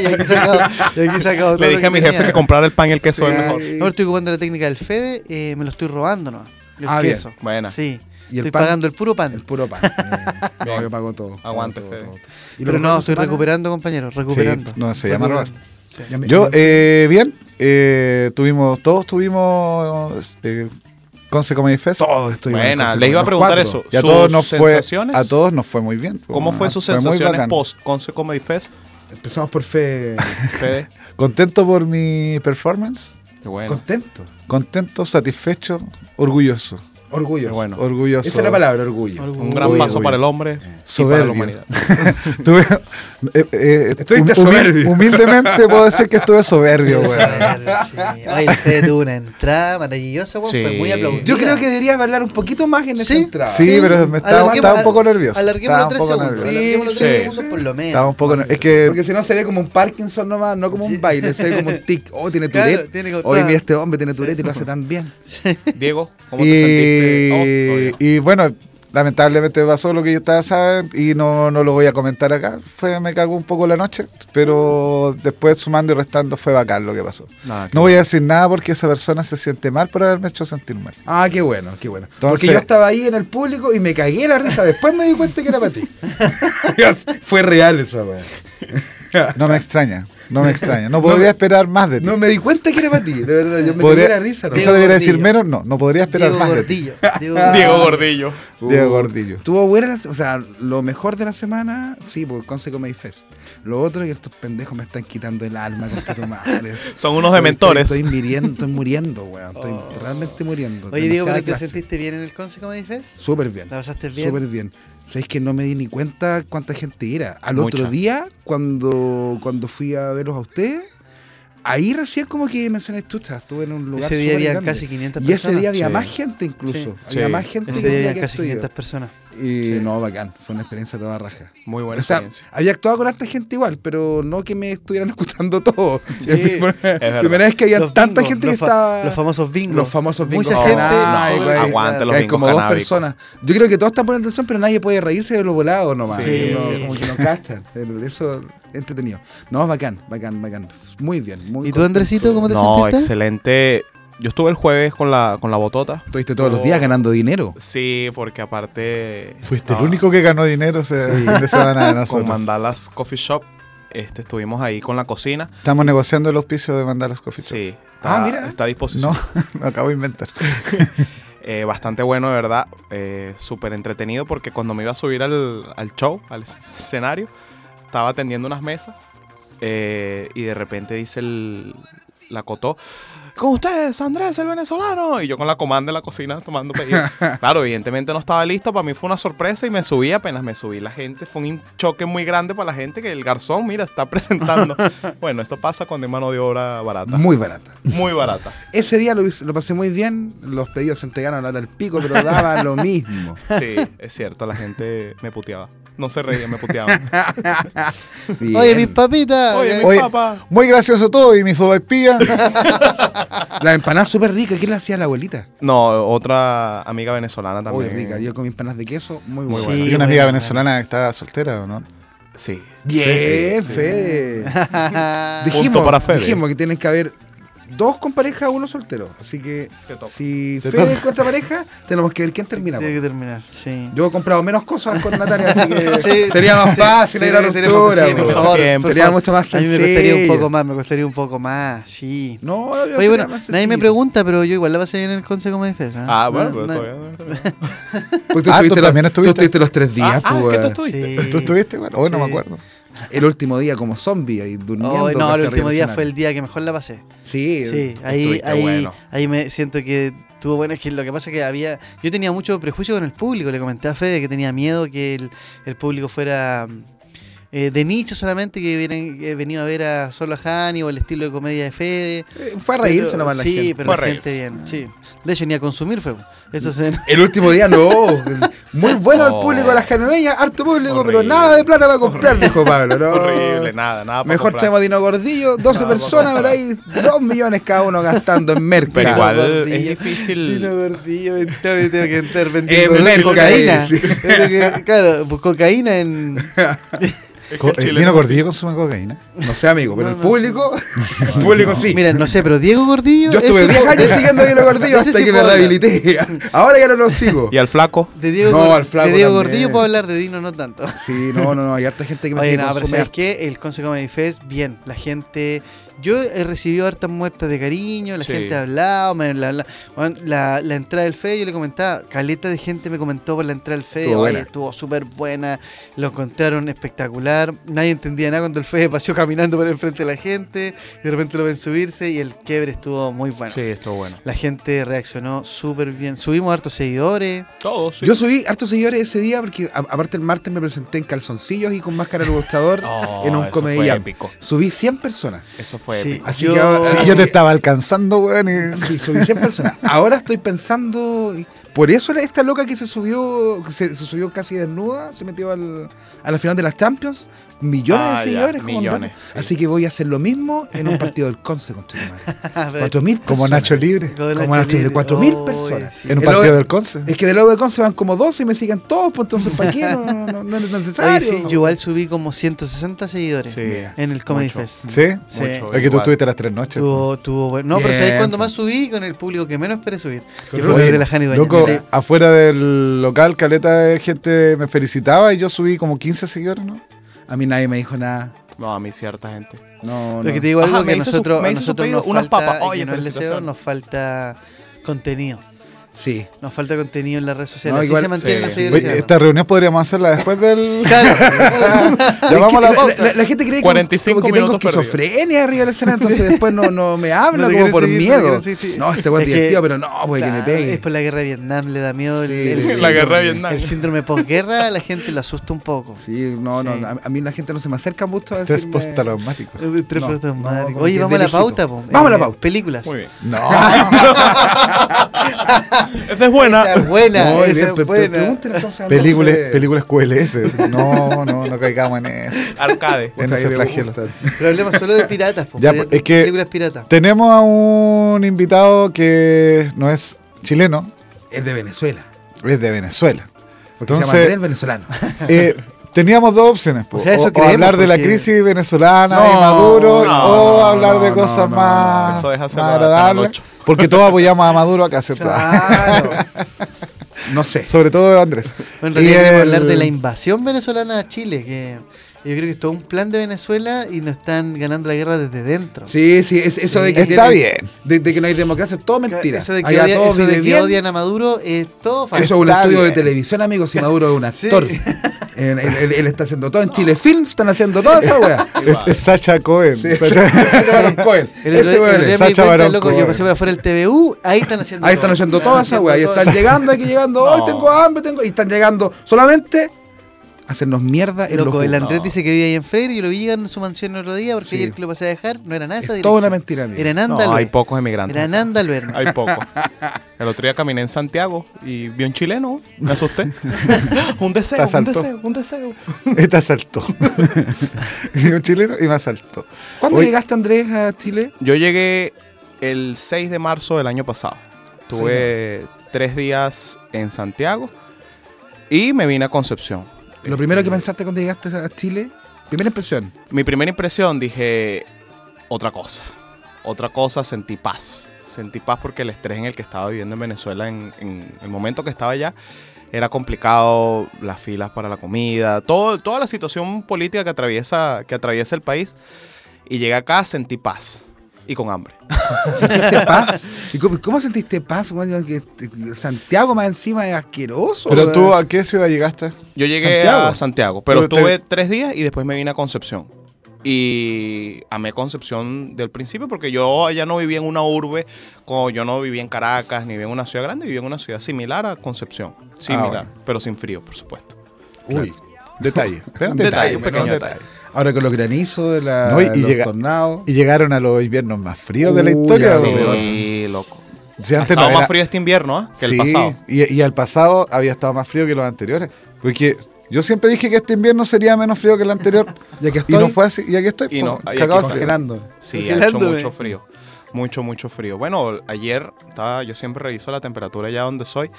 S1: y aquí sacado, y aquí sacado todo
S3: Le
S1: lo
S3: dije a mi jefe
S1: tenía.
S3: que comprara el pan y el queso
S2: Sí,
S3: es mejor.
S2: ay.
S1: No, pero estoy ocupando la técnica del Fede, eh, me lo estoy robando, ¿no? El
S2: Ah, bien.
S1: queso.
S3: Buena.
S1: Sí.
S2: ¿Y el
S1: estoy
S2: pan?
S1: pagando el puro pan.
S2: El puro pan. eh.
S3: Bien.
S2: no, yo pago todo. pago
S3: Aguante,
S2: todo,
S3: Fede.
S2: todo, todo. ¿Y
S1: Pero
S2: los
S1: no,
S2: otros
S1: estoy
S2: se pagan?
S1: recuperando, compañero,
S4: Sí,
S1: recuperando.
S4: no, se llama Robert.
S2: Ya me-
S4: Yo, eh, bien, eh, tuvimos, todos tuvimos eh, Conce Comedy Fest.
S2: todo estoy
S3: Buena, le iba a preguntar eso.
S4: Y a
S3: ¿Sus
S4: todos nos fue,
S3: sensaciones?
S4: a todos nos fue muy bien.
S3: ¿Cómo fue sus
S4: Ah, muy
S3: sensaciones
S4: bacán.
S3: post Conce Comedy Fest?
S2: Empezamos por fe.
S3: Fede,
S4: Contento por mi performance,
S3: qué bueno.
S2: Contento.
S4: contento, satisfecho, orgulloso,
S2: Orgullo.
S3: Qué bueno.
S4: orgulloso.
S2: Esa es la palabra, orgullo.
S1: Orgullo.
S3: Un gran
S4: Orgullo,
S3: paso
S4: orgullo.
S3: para el hombre y para la
S4: Soberbio.
S3: humanidad.
S4: Tuve, eh, eh,
S2: Estuviste
S4: hum- humil-
S2: soberbio.
S4: humildemente puedo decir que estuve soberbio, weón.
S1: Sí. Oye, el Fede tuvo una entrada maravillosa, weón. Fue
S3: Sí.
S1: muy aplaudido.
S2: Yo creo que deberías hablar un poquito más en esa
S1: Sí.
S2: entrada.
S4: Sí, pero me estaba,
S1: Alarguemos-
S4: estaba un poco
S1: al-
S4: nervioso.
S1: Alarguémoslo
S4: Estaba
S1: tres
S4: un poco
S1: segundos.
S4: nervioso.
S1: Alarguémoslo
S3: Sí.
S1: tres
S3: Sí.
S1: segundos por lo menos.
S4: Estaba un poco ner- Es que
S2: Porque si no se ve como un Parkinson nomás, no como
S1: Sí.
S2: un baile, se ve como un tic. Oh, tiene
S1: Claro,
S2: Tourette.
S1: tiene como
S2: Hoy
S1: toda-
S2: mira este hombre, tiene Tourette y lo hace tan bien.
S3: Diego, ¿cómo
S4: y,
S3: te sentiste? Oh, oh, ya.
S4: y bueno, lamentablemente pasó lo que yo estaba saben y no, no lo voy a comentar acá. Fue, me cagó un poco la noche, pero después sumando y restando fue bacán lo que pasó.
S3: Nada,
S4: No voy a decir nada porque esa persona se siente mal por haberme hecho sentir mal.
S2: Ah, qué bueno, qué bueno. Porque
S4: Entonces-
S2: yo estaba ahí en el público y me cagué la risa. Después me di cuenta que era para ti. Fue real eso, weón.
S4: No me extraña, no me extraña. No podría
S2: me-
S4: esperar más de ti.
S2: No me di cuenta que era para ti, de verdad. Yo me
S4: Podría-
S2: cagué la risa.
S4: Quizá
S1: Diego
S2: ¿no?
S4: debería
S1: Gordillo.
S4: decir menos, no, no podría esperar
S1: Diego
S4: más
S1: Gordillo. Diego
S3: Diego Gordillo.
S4: de ti. Diego Gordillo.
S2: Tuvo buena, la se- o sea, lo mejor de la semana, sí, por Conce Comedy Fest. Lo otro es que estos pendejos me están quitando el alma con tu madre.
S3: Son unos dementores.
S2: Estoy, estoy muriendo, estoy muriendo, weón. Estoy realmente muriendo.
S1: Oh. Oye, Diego,
S2: Demasiada
S1: ¿pero te
S2: clase.
S1: sentiste bien en el Conce Comedy Fest?
S2: Súper bien.
S1: ¿La pasaste bien?
S2: Súper bien. Sabéis que no me di ni cuenta cuánta gente era. Al otro
S3: Mucha.
S2: día, cuando, cuando fui a verlos a ustedes, ahí recién como que mencioné tú, estás, estuve en un lugar.
S1: Ese día
S2: súper
S1: había
S2: grande.
S1: casi 500
S2: Y ese
S1: personas.
S2: día había
S3: Sí.
S2: más gente incluso.
S3: Sí.
S2: Había
S3: Sí.
S2: más gente
S1: Ese
S2: que el
S1: día
S2: día
S1: había
S2: que
S1: casi
S2: estoy yo.
S1: 500 personas.
S2: Y no, bacán. Fue una experiencia toda raja.
S3: Muy buena
S2: O sea,
S3: experiencia.
S2: había actuado con harta gente igual, pero no que me estuvieran escuchando todo.
S1: Sí.
S2: Es primera,
S3: verdad.
S2: primera vez que había
S1: Los
S2: tanta
S1: bingos,
S2: gente que
S1: los fa-
S2: estaba.
S1: Los famosos bingos.
S2: Los famosos bingos.
S1: Mucha
S3: No,
S1: gente.
S3: no,
S1: güey,
S3: aguante los
S2: hay
S3: bingos
S2: como dos
S3: canábicos.
S2: personas. Yo creo que todos están poniendo atención, pero nadie puede reírse de lo volado nomás.
S3: Sí,
S2: No,
S3: sí.
S2: Como que nos gastan. El- Eso entretenido. No, bacán, bacán, bacán. Muy bien. Muy
S1: ¿Y tú, Andresito, cómo te
S3: No,
S1: sentiste?
S3: excelente. Yo estuve el jueves con la, con la botota.
S2: Estuviste todos los días ganando dinero.
S3: Sí, porque aparte.
S4: Fuiste
S3: estaba
S4: el único que ganó dinero ese fin de semana de
S3: Con
S4: nosotros.
S3: Mandalas Coffee Shop. Este, estuvimos ahí con la cocina.
S4: Estamos negociando el auspicio de mandar las cofitas.
S3: Sí, está,
S2: Ah, mira.
S3: está a disposición.
S4: No, lo acabo de inventar.
S3: Eh, bastante bueno, de verdad. eh, Súper entretenido porque cuando me iba a subir al, al show, al es- escenario, estaba atendiendo unas mesas eh, y de repente dice el, la cotó. Con ustedes, Andrés, el venezolano. Y yo con la comanda en la cocina tomando pedido. claro, evidentemente no estaba listo. Para mí fue una sorpresa y me subí. Apenas me subí, la gente fue un in- choque muy grande para la gente que el garzón, mira, está presentando. bueno, esto pasa cuando hay mano de obra barata.
S2: Muy barata.
S3: Muy barata.
S2: Ese día lo, hice- lo pasé muy bien, los pedidos se entregaron a la hora del pico, pero daba lo mismo.
S3: Sí, es cierto, la gente me puteaba. No se reía, me puteaba.
S2: Bien.
S1: Oye, mis papitas. eh".
S3: Oye, mi
S4: Oye,
S3: papá.
S4: muy gracioso todo y mi sopaipilla.
S2: La empanada súper rica, ¿qué le hacía a la abuelita?
S3: No, otra amiga venezolana
S2: Muy
S3: también.
S2: rica, yo comí empanadas de queso, muy
S1: Sí.
S2: buenas.
S4: y una amiga
S1: bueno.
S4: venezolana que está soltera, ¿o no?
S3: Sí.
S2: Bien,
S3: Sí, sí.
S2: Fede.
S1: Dije-
S2: Dijimos,
S3: para Fede.
S2: dijimos que tienen que haber dos con pareja, uno soltero. Así que
S3: Te toca.
S2: si
S4: Te
S2: Fede
S4: toca.
S2: encuentra pareja, tenemos que ver quién termina.
S1: Tiene
S2: po.
S1: que terminar, sí.
S2: Yo he comprado menos cosas con Natalia, así que
S1: Sí,
S2: sería más
S1: sí,
S2: fácil
S1: sí,
S2: ir a la
S1: sí, sería más
S2: ruptura.
S1: fácil,
S2: po.
S1: por favor.
S3: Bien,
S1: por
S2: sería
S1: favor.
S2: mucho más
S1: A mí me costaría un
S2: sencillo.
S1: poco más, me costaría un poco más, sí.
S2: No, la vida
S1: Oye, bueno,
S2: sería más
S1: nadie me
S2: sencilla.
S1: pregunta, pero yo igual la pasé bien en el Consejo de Defensa. ¿eh?
S3: Ah, bueno,
S1: No,
S3: pero
S1: no-
S3: todavía.
S2: Porque Pues tú,
S4: Ah, tú
S2: estuviste los-
S4: también estuviste.
S2: tú estuviste los tres días,
S3: ah,
S2: po,
S3: es que tú
S2: weón.
S3: estuviste.
S1: Sí.
S4: ¿Tú estuviste? Bueno, hoy no
S1: Sí.
S4: me acuerdo.
S2: El último día como zombie ahí durmiendo.
S1: Ay, no,
S2: casi
S1: el
S2: arriba
S1: último
S2: del
S1: día
S2: escenario.
S1: fue el día que mejor la pasé.
S2: Sí,
S1: Sí, ahí,
S3: estuviste
S1: ahí,
S3: bueno.
S1: ahí me siento que tuvo bueno. Es que lo que pasa es que había. Yo tenía mucho prejuicio con el público. Le comenté a Fede que tenía miedo que el, el público fuera mm, eh, de nicho solamente, que hubieran eh, venido a ver a Solo Hani o el estilo de comedia de Fede.
S2: Eh, fue a reírse
S1: Pero-
S2: nomás la
S1: sí,
S2: gente.
S1: pero
S3: Fue a
S1: la gente
S3: reírse.
S1: bien, sí. De hecho, ni a consumir fue. pues. Eso se.
S2: El último día no. Muy bueno el
S3: Oh.
S2: público de las canoillas, harto público, pero
S3: Horrible.
S2: nada de plata para comprar, dijo Pablo. ¿no?
S3: Horrible, nada, nada. para
S2: Mejor
S3: comprar.
S2: traemos a Dino Gordillo, 12
S3: Nada,
S2: personas,
S3: pa'
S2: pero hay 2 millones cada uno gastando en merca.
S3: Pero igual
S1: Gordillo.
S3: es difícil. Eh,
S1: Dino Gordillo, me tengo me tengo que entrar
S2: En
S1: vendiendo
S2: merca,
S1: cocaína.
S2: ahí, sí.
S1: Tengo que- Claro, pues, cocaína en.
S3: Es que
S4: Co-
S3: el
S4: eh,
S3: chileno-
S4: Dino Gordillo consume cocaína.
S2: No sé, amigo, pero
S1: No,
S2: el
S1: no sé.
S2: público, el público sí.
S1: Mira, no sé, pero Diego Gordillo.
S2: Yo estuve
S1: ese
S2: 10
S1: po-
S2: años siguiendo a Dino Gordillo
S1: Ese
S2: hasta
S1: sí
S2: que me
S1: puedo hablar.
S2: releabilité. Ahora ya no lo sigo.
S3: Y al flaco.
S1: De Diego,
S2: No,
S1: Gor-
S2: al flaco
S1: de Diego
S2: también.
S1: Gordillo puedo hablar, de Dino no tanto.
S2: Sí, no, no, no, hay harta gente que me
S1: Oye,
S2: sigue
S1: no, pero
S2: consume
S1: ¿sabes qué? El Consejo Comedy Fest, bien. La gente. Yo he recibido hartas muertas de cariño, la
S3: Sí.
S1: gente ha hablado. me- la, la- bueno, la- la entrada del FE, yo le comentaba, caleta de gente me comentó por la entrada del FE.
S2: Estuvo
S1: Oye,
S2: buena.
S1: estuvo súper buena, lo encontraron espectacular. Nadie entendía nada cuando el FE paseó caminando por enfrente de la gente. y de repente lo ven subirse y el quiebre estuvo muy bueno.
S3: Sí, esto bueno.
S1: La gente reaccionó súper bien. Subimos hartos seguidores.
S3: Todos, sí.
S2: Yo subí hartos seguidores ese día porque a- aparte el martes me presenté en calzoncillos y con máscara de buscador
S3: Oh,
S2: en un
S3: eso
S2: comedy
S3: fue
S2: jam.
S3: épico.
S2: Subí 100 personas.
S3: Eso fue
S1: Sí.
S3: épico.
S2: Así
S1: Yo-
S2: que ahora-
S1: Sí,
S2: así
S4: yo te
S2: que-
S4: estaba alcanzando, weón. y-
S2: sí, subí 100 personas. Ahora estoy pensando, y por eso la- esta loca que se subió, que se, se subió casi desnuda, se metió al, a la final de las Champions, millones de
S3: Ah, ya,
S2: seguidores como un
S3: millones,
S2: rato.
S3: sí.
S2: Así que voy a hacer lo mismo en un partido del Conce con Cuatro mil
S4: Como Nacho Libre.
S1: Con la
S2: Como Nacho
S1: Chile.
S2: Libre, 4.000
S1: Oy,
S2: personas.
S1: sí.
S4: En un
S2: El
S4: partido
S2: Ove-
S4: del Conce.
S2: Es que del lado de Conce van como 12 y me siguen todos, pues entonces ¿para qué? No, no, no, no es
S1: Oye,
S2: necesario.
S1: sí, yo igual subí como 160 seguidores
S3: Sí.
S2: Mira.
S1: en el Comedy
S3: Mucho.
S1: Fest.
S4: ¿Sí?
S1: Sí.
S3: Mucho,
S4: Es que tú
S3: igual.
S4: estuviste las tres noches.
S1: Tuvo, tuvo bueno. No, pero
S2: Bien.
S1: ¿sabes cuándo más subí? Con el público que menos esperé subir. Yo
S2: Oye,
S1: creo que de la Jani Dueñas.
S4: Loco,
S1: Sí.
S4: afuera del local, caleta de gente me felicitaba y yo subí como 15 seguidores, ¿no?
S2: A mí nadie me dijo nada.
S3: No, a mí cierta gente.
S2: No,
S1: Lo
S2: no.
S1: que te digo
S3: Ajá,
S1: algo que
S3: me
S1: a
S3: hizo su-
S1: nosotros,
S3: me
S1: a
S3: hizo su
S1: nosotros
S3: pedido
S1: nos
S3: unas
S1: falta,
S3: papas. Oye,
S1: que no es deseo,
S3: felicitaciones.
S1: nos falta contenido.
S2: Sí.
S1: Nos falta contenido en las redes sociales.
S2: No,
S1: Así
S2: igual-
S1: se mantienen
S3: sí.
S1: los
S4: Oye,
S1: seguidores. ¿no?
S4: esta reunión podríamos hacerla después del.
S1: Claro.
S4: Llamamos a la
S2: la,
S4: pauta.
S2: la- la gente cree que,
S3: 45
S2: como que tengo
S3: minutos perdidos.
S2: esquizofrenia arriba de la escena, entonces después no, no me habla
S1: No te
S2: como
S1: quieren
S2: por
S1: seguir, no te
S2: miedo. No,
S1: quieren seguir, sí.
S2: este weón
S1: Es que-
S2: es divertido, pero no, puede que me
S1: Claro, Es
S2: pegue.
S1: por la guerra de Vietnam, le da miedo el,
S2: Sí,
S1: el
S2: la
S1: síndrome-
S3: guerra de Vietnam.
S1: El síndrome posguerra, a la gente le asusta un poco.
S2: Sí, no,
S1: Sí.
S2: no, a, a mí la gente no se me acerca mucho a
S4: Estrés
S2: decirme...
S4: postraumático.
S1: Eh, tres
S2: No,
S1: preguntas
S2: no,
S1: más.
S2: como
S1: Oye,
S2: que
S1: vamos a la
S2: de lejito.
S1: pauta, po.
S2: Vamos a la
S1: Eh,
S2: pauta.
S1: Películas.
S3: Muy bien.
S4: No,
S3: Esa es buena.
S1: Esa es buena,
S2: Muy
S1: esa
S2: bien,
S1: es
S2: pre- pre-
S1: buena.
S2: pregúntale entonces a
S4: películas,
S2: Alonso de-
S4: películas QLS. No, no, no caigamos en eso.
S3: Arcade.
S4: en
S2: Puta,
S4: ese
S2: ahí me
S4: flagelo.
S2: gusta.
S1: Pero hablemos solo de piratas, po.
S4: Ya,
S1: Pirata-
S4: es que-
S1: Películas piratas.
S4: Tenemos a un invitado que no es chileno,
S2: Es de Venezuela.
S4: es de Venezuela.
S2: Porque se llama
S4: Entonces-
S2: Andrés el venezolano.
S4: Eh, teníamos dos opciones. po.
S1: O sea, eso
S4: o, o
S1: creemos,
S4: hablar de la
S1: porque-
S4: crisis venezolana y
S2: No,
S4: Maduro,
S3: no,
S4: o hablar de
S2: no,
S4: cosas
S2: no, no,
S4: más,
S3: no. Eso déjaselo
S4: más
S3: a Canal
S4: agradables.
S3: ocho.
S4: Porque todos apoyamos a Maduro acá, ¿cierto?
S2: Claro. No sé.
S4: Sobre todo Andrés.
S1: Bueno, en
S4: Y
S1: realidad queremos
S4: el-
S1: hablar de la invasión venezolana a Chile, que Yo creo que es todo un plan de Venezuela y nos están ganando la guerra desde dentro.
S2: Sí, sí, es, eso de que.
S4: Está
S2: tiene-
S4: bien.
S2: De, de que no hay democracia es todo mentira.
S1: Eso de que,
S2: Allá
S1: odia-
S2: todo
S1: eso de
S2: vive
S1: que
S2: bien.
S1: odian a Maduro es todo falso.
S2: Eso es un
S4: Está
S2: estudio de
S4: bien.
S2: televisión, amigos. Si Maduro es un
S1: Sí.
S2: actor. En- él, él- él está haciendo todo. En Chile Films están haciendo toda esa weá.
S4: Es, es Sacha Cohen.
S2: Sí,
S4: Sacha-
S2: Sacha Baron Cohen.
S1: El
S2: Ese
S1: otro día-
S2: weón
S1: el otro
S2: es.
S1: día me di
S4: Sacha
S1: cuenta,
S4: Baron
S1: loco,
S4: Cohen.
S1: yo pasé por afuera el TVU, ahí están haciendo
S2: Ahí están haciendo toda esa weá. Y están llegando aquí, llegando. Hoy
S3: No.
S2: tengo hambre, tengo. Y están llegando solamente a hacernos mierda en
S1: Loco,
S2: los
S1: el
S2: jugos.
S1: Andrés
S3: No.
S1: dice que vive ahí en Freire, yo lo vi llegando en su mansión el otro día porque
S2: Sí.
S1: ayer que lo pasé a dejar, no era nada esa
S2: Es toda una
S1: dirección.
S2: mentira, amigo.
S1: Era en
S3: No,
S1: Andalue.
S3: hay pocos emigrantes.
S1: Era en Andalue, hermano.
S3: Hay pocos. El otro día caminé en Santiago y vi un chileno. Me asusté. un
S4: Te
S3: deseo, un
S4: asaltó.
S3: deseo, un deseo.
S4: Te asaltó. Y Este un chileno y me asaltó.
S2: ¿Cuándo
S4: Oye,
S2: llegaste, Andrés, a Chile?
S3: Yo llegué el 6 de marzo del año pasado. Tuve tres días en Santiago y me vine a Concepción.
S1: Eh,
S3: Este,
S2: Lo primero que pensaste cuando llegaste a Chile, primera impresión.
S3: Mi primera impresión dije otra cosa. Otra cosa, sentí paz. Sentí paz porque el estrés en el que estaba viviendo en Venezuela, en, en el momento que estaba allá, era complicado. Las filas para la comida, todo, toda la situación política que atraviesa, que atraviesa el país. Y llegué acá, sentí paz y con hambre.
S2: ¿Sentiste paz? ¿Y cómo, cómo sentiste paz, weón? Que te- Santiago más encima es asqueroso.
S4: Pero
S2: weón.
S4: tú, ¿a qué ciudad llegaste?
S3: Yo llegué
S2: Santiago.
S3: a Santiago, pero,
S4: Pero te-
S3: estuve tres días y después me vine a Concepción. Y amé Concepción del principio porque yo allá no vivía en una urbe, como yo no vivía en Caracas ni vivía en una ciudad grande, vivía en una ciudad similar a Concepción. Similar,
S4: bueno.
S3: pero sin frío, por supuesto.
S4: Uy. Detalle. Pero
S3: Un detalle, un
S4: pero
S3: pequeño detalle.
S2: Ahora con los granizos, de la,
S4: No, y- y
S2: los
S4: llega-
S2: tornados.
S4: Y llegaron a los inviernos más fríos de la
S2: Uy,
S4: historia.
S2: sí.
S4: weón.
S3: Sí, loco.
S4: Si
S3: Ha
S4: antes
S3: estado
S4: no
S3: más
S4: era-
S3: frío este invierno ¿ah? que
S4: Sí,
S3: el pasado.
S4: Y, y el pasado había estado más frío que los anteriores. Porque yo siempre dije que este invierno sería menos frío que el anterior.
S2: Ya que
S4: y
S2: estoy
S4: no fue así. Y aquí estoy.
S3: Y no,
S4: po,
S3: y
S4: cagado
S3: aquí
S4: de frío.
S2: congelando.
S3: Sí, ha hecho
S1: Congelándome.
S3: mucho frío. Mucho, mucho frío. Bueno, ayer estaba, yo siempre reviso la temperatura allá donde soy.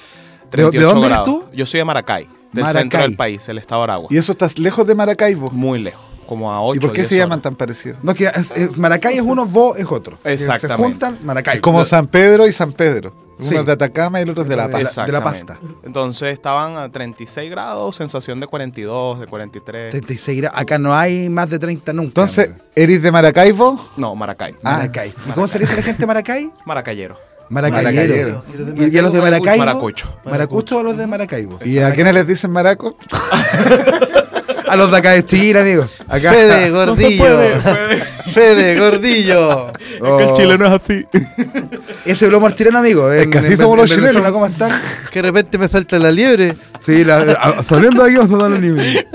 S2: ¿De dó- de
S3: 38
S2: dónde eres
S3: grados.
S2: tú?
S3: Yo soy de Maracay, del
S2: Maracay.
S3: centro del país, el estado de Aragua.
S4: Y eso estás lejos de Maracaibo.
S3: Muy lejos, como a 8
S4: ¿Y por qué se llaman tan parecidos?
S2: No, que es- es- Maracay es uno, vos es otro. Que
S3: Exactamente.
S2: Se juntan, Maracay.
S4: Como
S2: Lo-
S4: San Pedro y San Pedro. Uno
S2: Sí.
S4: es de Atacama y el otro es de La
S2: Otro de
S4: Paz.
S2: la- de la pasta.
S3: Entonces estaban a 36 grados, sensación de 42, de 43.
S2: 36 grados. Acá no hay más de 30 nunca.
S4: Entonces, ah.
S2: amigo.
S4: ¿eres de Maracaibo?
S3: No, Maracay.
S2: Maracay. ¿Y cómo se le dice a la gente de Maracay?
S3: Maracayero.
S4: Maracayero.
S2: Maracayero. ¿Y, y a los de Maracaibo?
S3: Maracucho.
S2: ¿Maracucho o a los de Maracaibo?
S4: ¿Y a quiénes les dicen Maraco?
S2: A los de acá de Chile, amigo. Acá.
S1: Fede
S3: No se
S1: Gordillo.
S3: puede, puede.
S1: Fede Gordillo.
S2: Oh,
S3: es así.
S2: Ese bromo al chileno, amigo. En,
S4: que así
S2: en-
S4: somos
S2: en
S4: los
S2: Venezuela,
S4: chilenos.
S2: ¿Cómo están?
S1: Que de repente me salta la liebre.
S2: Sí, la, a- saliendo de aquí vamos a dar un nivel.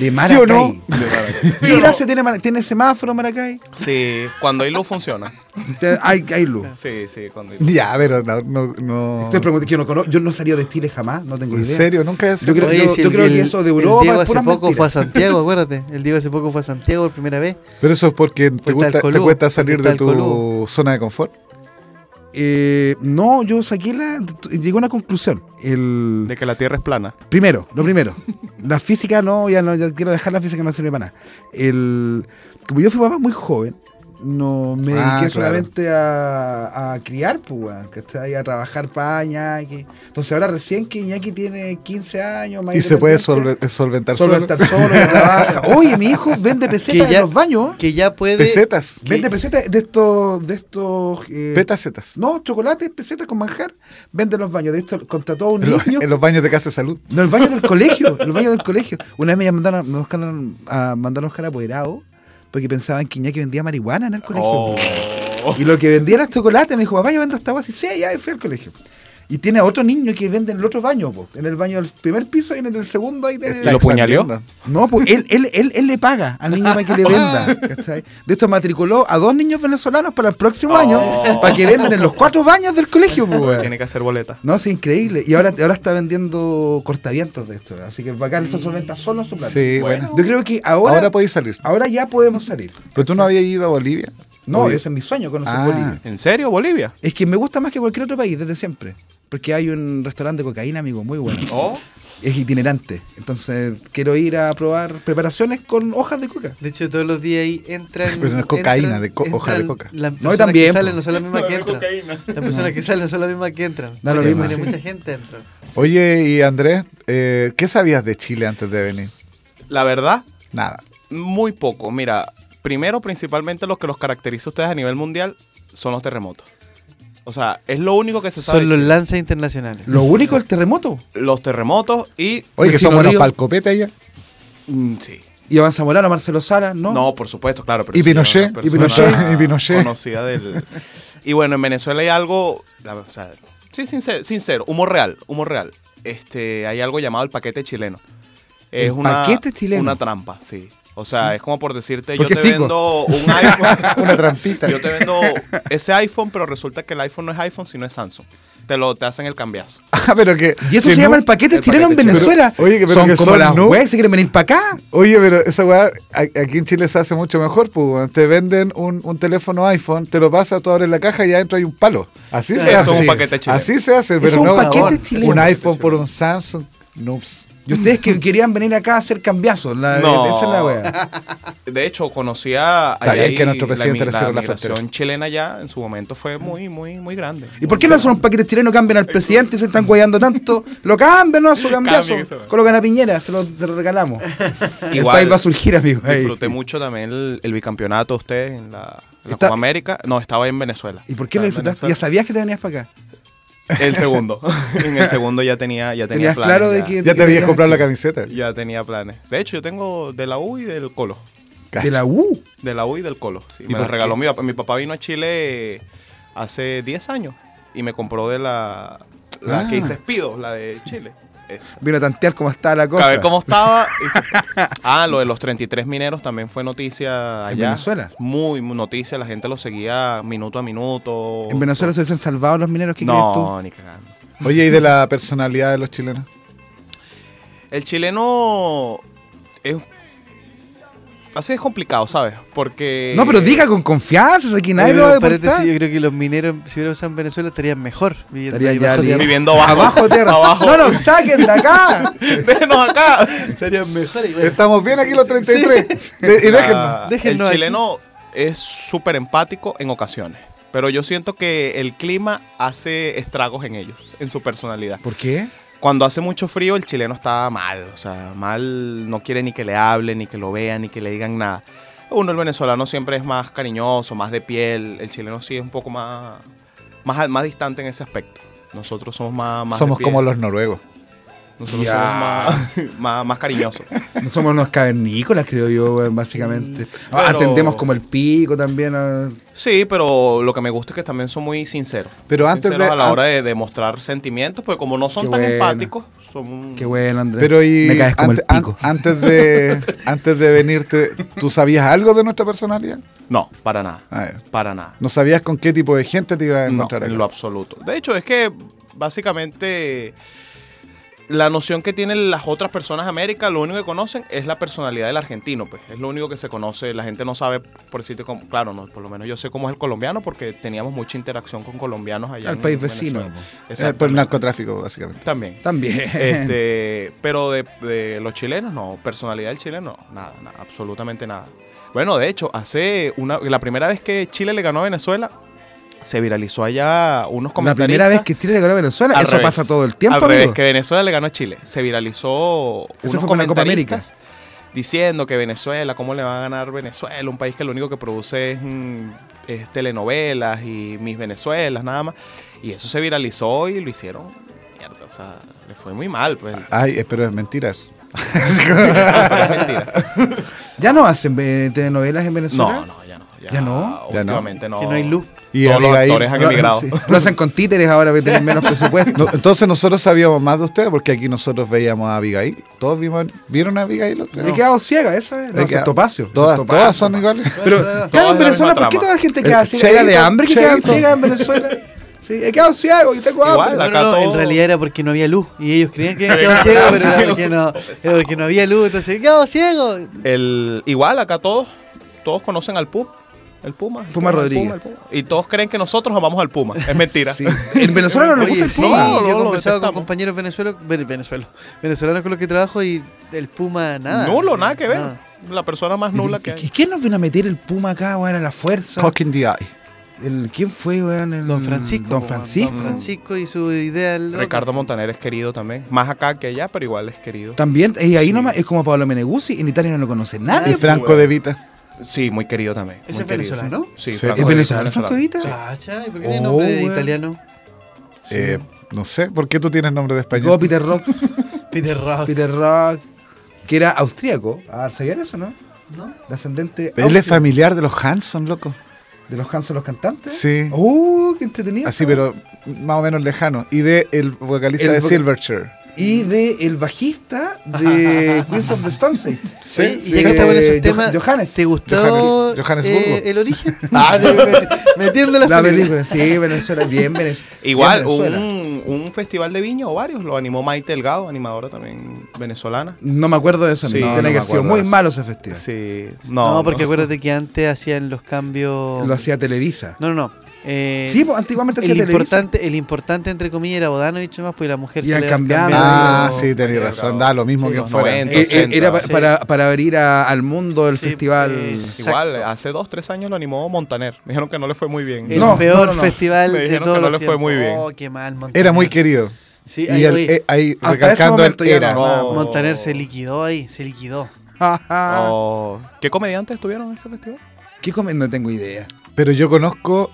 S2: De Maracay.
S4: o no?
S2: ¿Qué gracia tiene, Mara- tiene semáforo Maracay?
S3: Sí, cuando hay luz funciona.
S2: Te- Hay, hay luz.
S3: Sí, sí, cuando hay luz.
S4: Ya, pero no. no, no.
S2: Te pregunto, que yo no conozco, yo no salí de Chile jamás, no tengo
S4: ¿En
S2: idea.
S4: serio? ¿Nunca es
S2: Yo creo- yo- yo creo que eso de
S1: El
S2: Europa
S1: Diego
S2: es
S1: hace
S2: pura
S1: poco
S2: mentira.
S1: fue a Santiago, acuérdate. El Diego hace poco fue a Santiago por primera vez.
S4: Pero eso es porque te,
S1: Porque está
S4: gusta,
S1: el
S4: te
S1: Colú,
S4: cuesta
S1: porque
S4: salir
S1: está
S4: de
S1: el
S4: tu
S1: Colú.
S4: zona de confort.
S2: Eh, no, yo saqué la. Llegué a una conclusión. El,
S3: De que la tierra es plana.
S2: Primero, lo primero. La física no, ya no, ya quiero dejar la física, no sirve para nada. El, como yo fui papá muy joven, no me dediqué
S4: Ah, claro.
S2: solamente a, a criar, pues, weón, ¿cachai? A trabajar para Iñaki. Entonces ahora recién que Iñaki tiene 15 años, más
S4: Y se puede
S2: independiente,
S4: solve- solventar solo.
S2: solventar solo, y trabaja. Oye, mi hijo vende pesetas
S1: Que ya-
S2: en los baños. ¿eh?
S1: Que ya puede.
S4: Pesetas.
S2: Vende pesetas de estos, de estos eh,
S4: Petacetas.
S2: no, chocolates, pesetas con manjar, vende en los baños. De esto contrató a un
S4: En, los-
S2: niño.
S4: en los baños de casa de salud.
S2: No, el baño del colegio, el baño del colegio. Una vez me mandaron, me buscaron a mandaron a buscar apoderado porque pensaban que Iñaki vendía marihuana en el colegio.
S3: Oh.
S2: Y lo que vendía era chocolate, me dijo, papá, yo vendo esta agua así, sí, ya, y fui al colegio. Y tiene a otro niño que vende en el otro baño, po, en el baño del primer piso y en el del segundo ahí tiene-
S3: ¿Y lo puñaleó?
S2: No, pues él, él, él, él le paga al niño para que le venda. ¿cachai? De esto matriculó a dos niños venezolanos para el próximo año,
S3: Oh.
S2: para que vendan en los cuatro baños del colegio, po, weón.
S3: Tiene que hacer boleta.
S2: No, es increíble. Y ahora, ahora está vendiendo cortavientos de esto. Así que bacán, eso solventa solo en su plan.
S4: Sí,
S3: Bueno.
S4: bueno.
S2: Yo creo que ahora,
S4: Ahora,
S2: ahora,
S4: podéis salir.
S2: ya podemos salir.
S4: Pero tú no habías ido a Bolivia.
S2: No,
S4: Oye,
S2: ese es mi sueño, conocer
S4: Ah.
S2: Bolivia.
S3: ¿En serio, Bolivia?
S2: Es que me gusta más que cualquier otro país desde siempre. Porque hay un restaurante de cocaína, amigo, muy bueno.
S3: Oh.
S2: Es itinerante. Entonces quiero ir a probar preparaciones con hojas de coca.
S1: De hecho, todos los días ahí entran.
S4: Pero no es cocaína,
S1: entran-
S4: de co- hoja de
S1: entran-
S4: coca.
S1: Las
S2: No, y
S1: personas
S2: también,
S1: que salen
S2: po.
S1: no son las mismas
S3: No,
S1: que
S3: no es
S1: entran.
S3: cocaína.
S1: Las personas que salen no son las mismas que entran.
S2: Da lo
S1: Porque
S2: mismo,
S1: viene
S2: sí.
S1: mucha gente dentro.
S4: Oye, y Andrés, eh, ¿qué sabías de Chile antes de venir?
S3: La verdad,
S4: Nada.
S3: muy poco. Mira, primero, principalmente lo que los caracteriza a ustedes a nivel mundial son los terremotos. O sea, es lo único que se sabe.
S1: Son los
S3: de
S1: lances internacionales.
S2: Lo único el terremoto.
S3: Chile. Los terremotos y.
S4: Oye, que
S2: Cochino
S4: son buenos
S2: Río.
S4: para el copete allá.
S3: mm, sí.
S2: Y Iván Zamorano, Marcelo Sala, ¿no?
S3: No, por supuesto, claro. pero
S4: Y
S3: sí, era
S4: Pinochet,
S3: una
S4: y
S3: persona
S4: Pinochet, y Pinochet.
S3: Conocida del. Y bueno, en Venezuela hay algo. la- o sea, sí, sincero, sincero, humor real, humor real. Este, hay algo llamado el paquete chileno. Es
S2: ¿El
S3: una,
S2: paquete chileno?
S3: Una trampa, sí. O sea, es como por decirte, yo
S2: Porque
S3: te
S2: es chico.
S3: vendo un iPhone.
S4: Una trampita.
S3: Yo te vendo ese iPhone, pero resulta que el iPhone no es iPhone, sino es Samsung. Te lo te hacen el cambiazo.
S4: Ah, pero que.
S2: Y eso
S4: que
S2: se llama
S4: no-
S2: el paquete
S3: el
S2: chileno
S3: paquete
S2: en
S3: chileno.
S2: Venezuela.
S4: Pero- oye, que- pero
S2: son
S4: que
S2: como
S4: son,
S2: las
S4: ¿no?
S2: weas, se quieren venir para acá.
S4: Oye, pero esa weá a- aquí en Chile se hace mucho mejor, pues, weón. Te venden un, un teléfono iPhone, te lo pasas, tú abres la caja y adentro hay un palo. Así
S3: Eso
S4: se hace.
S3: es un paquete chileno.
S4: Así se hace,
S2: Es
S4: pero
S2: un
S4: no
S2: paquete
S4: weón.
S2: chileno.
S4: Un iPhone por un Samsung. Noobs.
S2: Y ustedes que querían venir acá a hacer cambiazos. La,
S3: No.
S2: Esa es la wea.
S3: De hecho, conocía
S4: Está bien que nuestro
S3: la
S4: presidente le
S3: mi- la,
S4: cerró la
S3: migración
S4: frontera.
S3: chilena ya en su momento fue muy, muy, muy grande.
S2: ¿Y por qué no hacen un paquete chileno? Cambian al presidente, se están guayando tanto. Lo cambian, no, a su cambiazo.
S3: Cambien esa wea.
S2: Colocan a Piñera, se lo te lo regalamos. el
S3: Igual,
S2: país va a surgir, amigo. ahí.
S3: Disfruté mucho también el, el bicampeonato ustedes en la, en la
S2: Está-
S3: Copa América. No, estaba en Venezuela.
S2: ¿Y por qué lo
S3: Estaba en
S2: disfrutaste? Ya sabías que te venías para acá.
S3: Venezuela. El segundo. en el segundo ya tenía, ya tenía
S2: Tenías
S3: planes.
S2: claro de
S3: ya,
S2: que-
S4: Ya te habías
S2: que-
S4: comprado la camiseta.
S3: ya tenía planes. De hecho, yo tengo de la U y del Colo.
S2: De la U.
S3: De la U y del Colo.
S4: ¿Y
S3: sí. me
S4: por
S3: la
S4: qué?
S3: regaló mi papá. Mi papá vino a Chile hace 10 años y me compró de la, la que
S4: Ah.
S3: hice Espido, la de Chile. Esa.
S2: Vino a tantear cómo estaba la
S3: A
S2: cosa.
S3: ver cómo estaba. ah, lo de los 33 mineros también fue noticia allá.
S2: En Venezuela.
S3: Muy muy noticia, la gente lo seguía minuto a minuto.
S2: En Venezuela se han salvado los mineros. ¿Qué crees tú?
S3: No, ni cagando.
S4: Oye, ¿y de la personalidad de los chilenos?
S3: El chileno es así es complicado, ¿sabes? Porque
S2: No, pero diga con confianza, o sea, que nadie
S1: Oye,
S2: lo va a
S1: pero paréntesis,
S2: deportar.
S1: yo creo que los mineros, si hubiera usado en Venezuela, estarían mejor. viviendo
S2: Estaría
S1: ahí
S2: ya
S1: bajo
S2: libre.
S1: tierra.
S3: viviendo abajo,
S2: Abajo tierra.
S3: Abajo.
S2: No nos saquen de acá.
S3: Déjenos acá.
S1: Estarían mejor. y bueno.
S4: Estamos bien aquí los 33. De- y déjennos.
S3: Ah,
S1: déjennos
S3: el
S1: aquí.
S3: chileno es súper empático en ocasiones, pero yo siento que el clima hace estragos en ellos, en su personalidad.
S2: ¿Por qué?
S3: Cuando hace mucho frío, el chileno está mal. O sea, mal no quiere ni que le hable, ni que lo vean, ni que le digan nada. Uno, el venezolano, siempre es más cariñoso, más de piel. El chileno sí es un poco más, más, más distante en ese aspecto. Nosotros somos más. más de
S4: Somos
S3: piel.
S4: como los noruegos.
S3: Nosotros
S2: Ya.
S3: somos más, más, más cariñosos.
S2: No somos unos cavernícolas, creo yo, weón, básicamente. Ah,
S3: Mm, pero-
S2: Atendemos como el pico también. ah.
S3: Sí, pero lo que me gusta es que también son muy sinceros.
S4: Pero antes
S3: Sinceros
S4: de-
S3: a la
S4: an-
S3: hora de demostrar sentimientos, porque como no son
S2: Qué
S3: tan
S2: bueno.
S3: empáticos, son.
S2: Qué bueno, Andrés.
S4: Pero y
S2: Me caes como
S4: ante- an-
S2: el pico.
S4: antes de antes de venirte, ¿tú sabías algo de nuestra personalidad?
S3: No, para nada.
S4: A ver.
S3: Para nada.
S4: ¿No sabías con qué tipo de gente te ibas a
S3: No,
S4: encontrar? acá?
S3: en lo absoluto. De hecho, es que básicamente la noción que tienen las otras personas de América, lo único que conocen es la personalidad del argentino, pues. Es lo único que se conoce. La gente no sabe, por decirte, como, claro, no, por lo menos yo sé cómo es el colombiano porque teníamos mucha interacción con colombianos allá.
S2: Al
S3: en
S2: país vecino,
S3: Venezuela.
S4: Eh, por el
S3: Exactamente.
S4: narcotráfico, básicamente.
S3: También.
S2: También.
S3: Este, pero de, de los chilenos, no. Personalidad del chileno, nada, nada, absolutamente nada. Bueno, de hecho, hace una, la primera vez que Chile le ganó a Venezuela, se viralizó allá unos
S2: la
S3: comentarios.
S2: primera vez que Chile le ganó a Venezuela, eso pasa todo el tiempo,
S3: Al
S2: amigo.
S3: revés, que Venezuela le ganó a Chile. Se viralizó
S2: Eso
S3: unos
S2: fue con la Copa América.
S3: comentaristas diciendo que Venezuela, ¿cómo le va a ganar Venezuela? Un país que lo único que produce es, mm, es telenovelas y mis Venezuelas, nada más. Y eso se viralizó y lo hicieron. Mierda, o sea, le fue muy mal, pues.
S4: Ay, eh, pero es mentiras.
S3: Pero es mentira.
S2: ¿Ya no hacen eh, telenovelas en Venezuela?
S3: No, no, ya no. Ya,
S2: ¿Ya no?
S4: Ya no.
S3: Últimamente no.
S1: Que no hay luz.
S4: Y
S3: Todos los
S4: Abigail-
S3: actores han
S2: Lo-
S3: emigrado.
S2: sí, lo hacen con títeres ahora que tienen menos presupuesto.
S4: No, entonces nosotros sabíamos más de ustedes porque aquí nosotros veíamos a Abigail. Todos vimos, vieron a Abigail ustedes.
S2: He quedado ciega, eso es.
S4: He
S2: No,
S4: quedado-
S2: Topacio.
S4: Todas, todas son iguales.
S2: Pero,
S3: Todas
S2: claro,
S3: de
S2: en
S3: la
S2: Venezuela,
S3: misma
S2: ¿por qué
S3: trama. Eh,
S2: toda la gente
S4: El
S2: queda ciega? ¿Era de
S4: Cheito,
S2: hambre que quedan
S4: Cheito.
S2: ciegas en Venezuela? Sí, he quedado ciego, yo tengo hambre.
S3: Igual,
S1: No,
S3: acá
S1: no, en
S3: todo-
S1: realidad era porque no había luz y ellos creían que quedaba ciego, pero era porque no, era porque no había luz, entonces quedaba ciego.
S3: El, igual, acá todos, todos conocen al Puma. El Puma. el
S2: Puma
S3: el
S2: Rodríguez.
S3: el Puma. Y todos creen que nosotros amamos al Puma. Es mentira.
S2: Sí. En Venezuela no le
S1: Oye,
S2: gusta el
S1: sí,
S2: fútbol.
S3: No,
S1: yo
S3: no,
S1: he
S3: lo
S1: conversado con
S3: detestamos.
S1: compañeros venezuelos, ven- venezuelos, venezolanos con los que trabajo y el Puma nada.
S3: Nulo, nada que ver.
S1: Nada.
S3: La persona más nula que
S2: ¿Y
S3: hay.
S2: quién nos vino a meter el Puma acá, weón, a la fuerza?
S4: Cock in the eye.
S2: El, ¿Quién fue, weón? El-
S1: Don Francisco.
S2: Don
S1: po,
S2: Francisco.
S1: Don Francisco y su idea. del loco.
S3: Ricardo Montaner es querido también. Más acá que allá, pero igual es querido.
S2: También, y ahí
S3: Sí.
S2: nomás, es como Pablo Meneguzzi, en Italia no lo conoce nadie.
S4: Y Franco de Vita.
S3: Sí, muy querido también.
S1: ¿Ese
S3: muy
S1: es
S3: querido,
S1: venezolano?
S3: Sí,
S4: Sí.
S3: Franco
S2: ¿Es
S3: de-
S2: venezolano Franco de Vita?
S1: Chacha, ¿y por qué tiene
S2: Oh,
S1: nombre de
S2: weón.
S1: italiano?
S4: Eh, no sé, ¿por qué tú tienes nombre de
S2: Llegó
S4: español?
S2: Peter Rock,
S1: Peter Rock.
S2: Peter Rock, que era austríaco. Ah, ¿Sabían eso, no?
S1: ¿no?
S2: De ascendente
S4: Él es
S2: austríaco.
S4: familiar de los Hanson, loco.
S2: de los Hanson los cantantes.
S4: Sí.
S2: Uh, qué entretenido.
S4: Así, pero más o menos lejano. Y de el vocalista
S2: El
S4: de
S2: voc-
S4: Silverchair.
S2: Y de el bajista de Queens of the Stone Age.
S4: Sí,
S1: Oye, y
S4: sí.
S1: ya que
S2: está
S1: estamos en
S2: Eh,
S1: esos temas,
S2: Joh- Johannes.
S1: ¿te gustó
S4: Johannes- Johannesburgo.
S1: eh, el origen? Ah, sí, me- metiendo las
S2: La
S1: películas.
S2: película, sí, Venezuela, bien Venez- bien
S3: Igual,
S2: Venezuela.
S3: un, un festival de viña o varios. Lo animó Maite Delgado, animadora también venezolana.
S2: No me acuerdo de eso,
S3: Sí,
S2: amigo.
S3: no,
S2: tiene
S3: no
S2: que
S3: me
S2: haber sido
S3: acuerdo
S2: muy
S3: de eso.
S2: malo ese festival.
S3: Sí. No,
S1: No, porque
S3: no.
S1: acuérdate que antes hacían los cambios.
S2: Lo hacía Televisa.
S1: No, no, no. Eh,
S2: sí, pues, antiguamente hacía
S1: el
S2: Televisa.
S1: importante, el importante entre comillas era Bodanovich más, pues la mujer
S2: Y
S1: se
S2: han
S1: le va
S2: cambiado.
S4: Ah,
S2: Pero-
S4: sí, tenías razón. Da lo mismo
S1: Sí,
S4: que
S1: los
S4: fuera.
S3: 90.
S2: Eh, eh, era pa-
S1: Sí.
S2: para, para abrir a- al mundo el
S1: Sí,
S2: festival.
S1: eh,
S3: Igual,
S1: Exacto. Eh,
S3: hace dos, tres años lo animó Montaner. Me dijeron que no le fue muy bien.
S1: El
S2: No,
S1: peor
S2: no, no, no.
S1: festival
S3: Me
S1: de
S3: dijeron
S1: todos
S3: que no
S1: los
S3: le fue muy
S1: tiempos.
S3: bien.
S1: Oh, qué mal, Montaner.
S4: Era muy querido.
S1: Sí,
S4: y
S1: ahí,
S4: el-
S1: oye,
S4: eh, ahí
S2: Hasta
S4: recalcando
S2: ese
S4: el
S2: momento ya
S4: era.
S2: no.
S3: No.
S1: Montaner se liquidó ahí, se liquidó.
S4: Ah.
S2: Ajá.
S3: Oh, ¿Qué comediantes estuvieron en ese festival?
S2: ¿Qué comen? No tengo idea.
S4: Pero yo conozco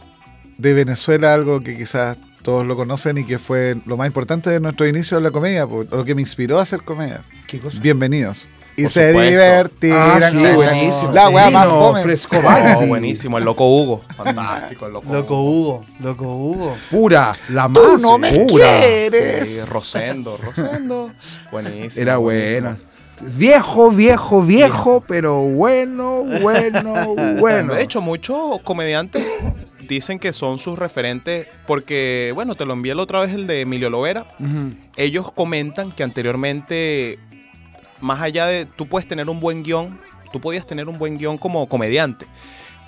S4: de Venezuela algo que quizás todos lo conocen y que fue lo más importante de nuestro inicio en la comedia, po, lo que me inspiró a hacer comedia.
S2: ¿Qué cosa?
S4: Bienvenidos. Y
S3: Por
S4: se
S3: supuesto.
S4: divertirán.
S2: Ah, sí,
S4: la-
S2: buenísimo.
S4: La weá más
S2: Divino,
S4: fome.
S2: Fresco
S3: Oh,
S2: Baldi.
S3: buenísimo, el Loco Hugo. Fantástico, el Loco,
S1: Loco Hugo, loco Hugo.
S2: Pura, la más
S4: Tú no me
S2: pura.
S4: quieres.
S3: Sí, Rosendo, Rosendo. buenísimo.
S2: Era
S3: buenísimo.
S2: buena. Viejo, viejo, viejo, pero bueno, bueno, bueno.
S3: De hecho, muchos comediantes dicen que son sus referentes porque, bueno, te lo envié la otra vez el de Emilio Lovera.
S2: Ujú.
S3: Ellos comentan que anteriormente, más allá de tú puedes tener un buen guión, tú podías tener un buen guión como comediante.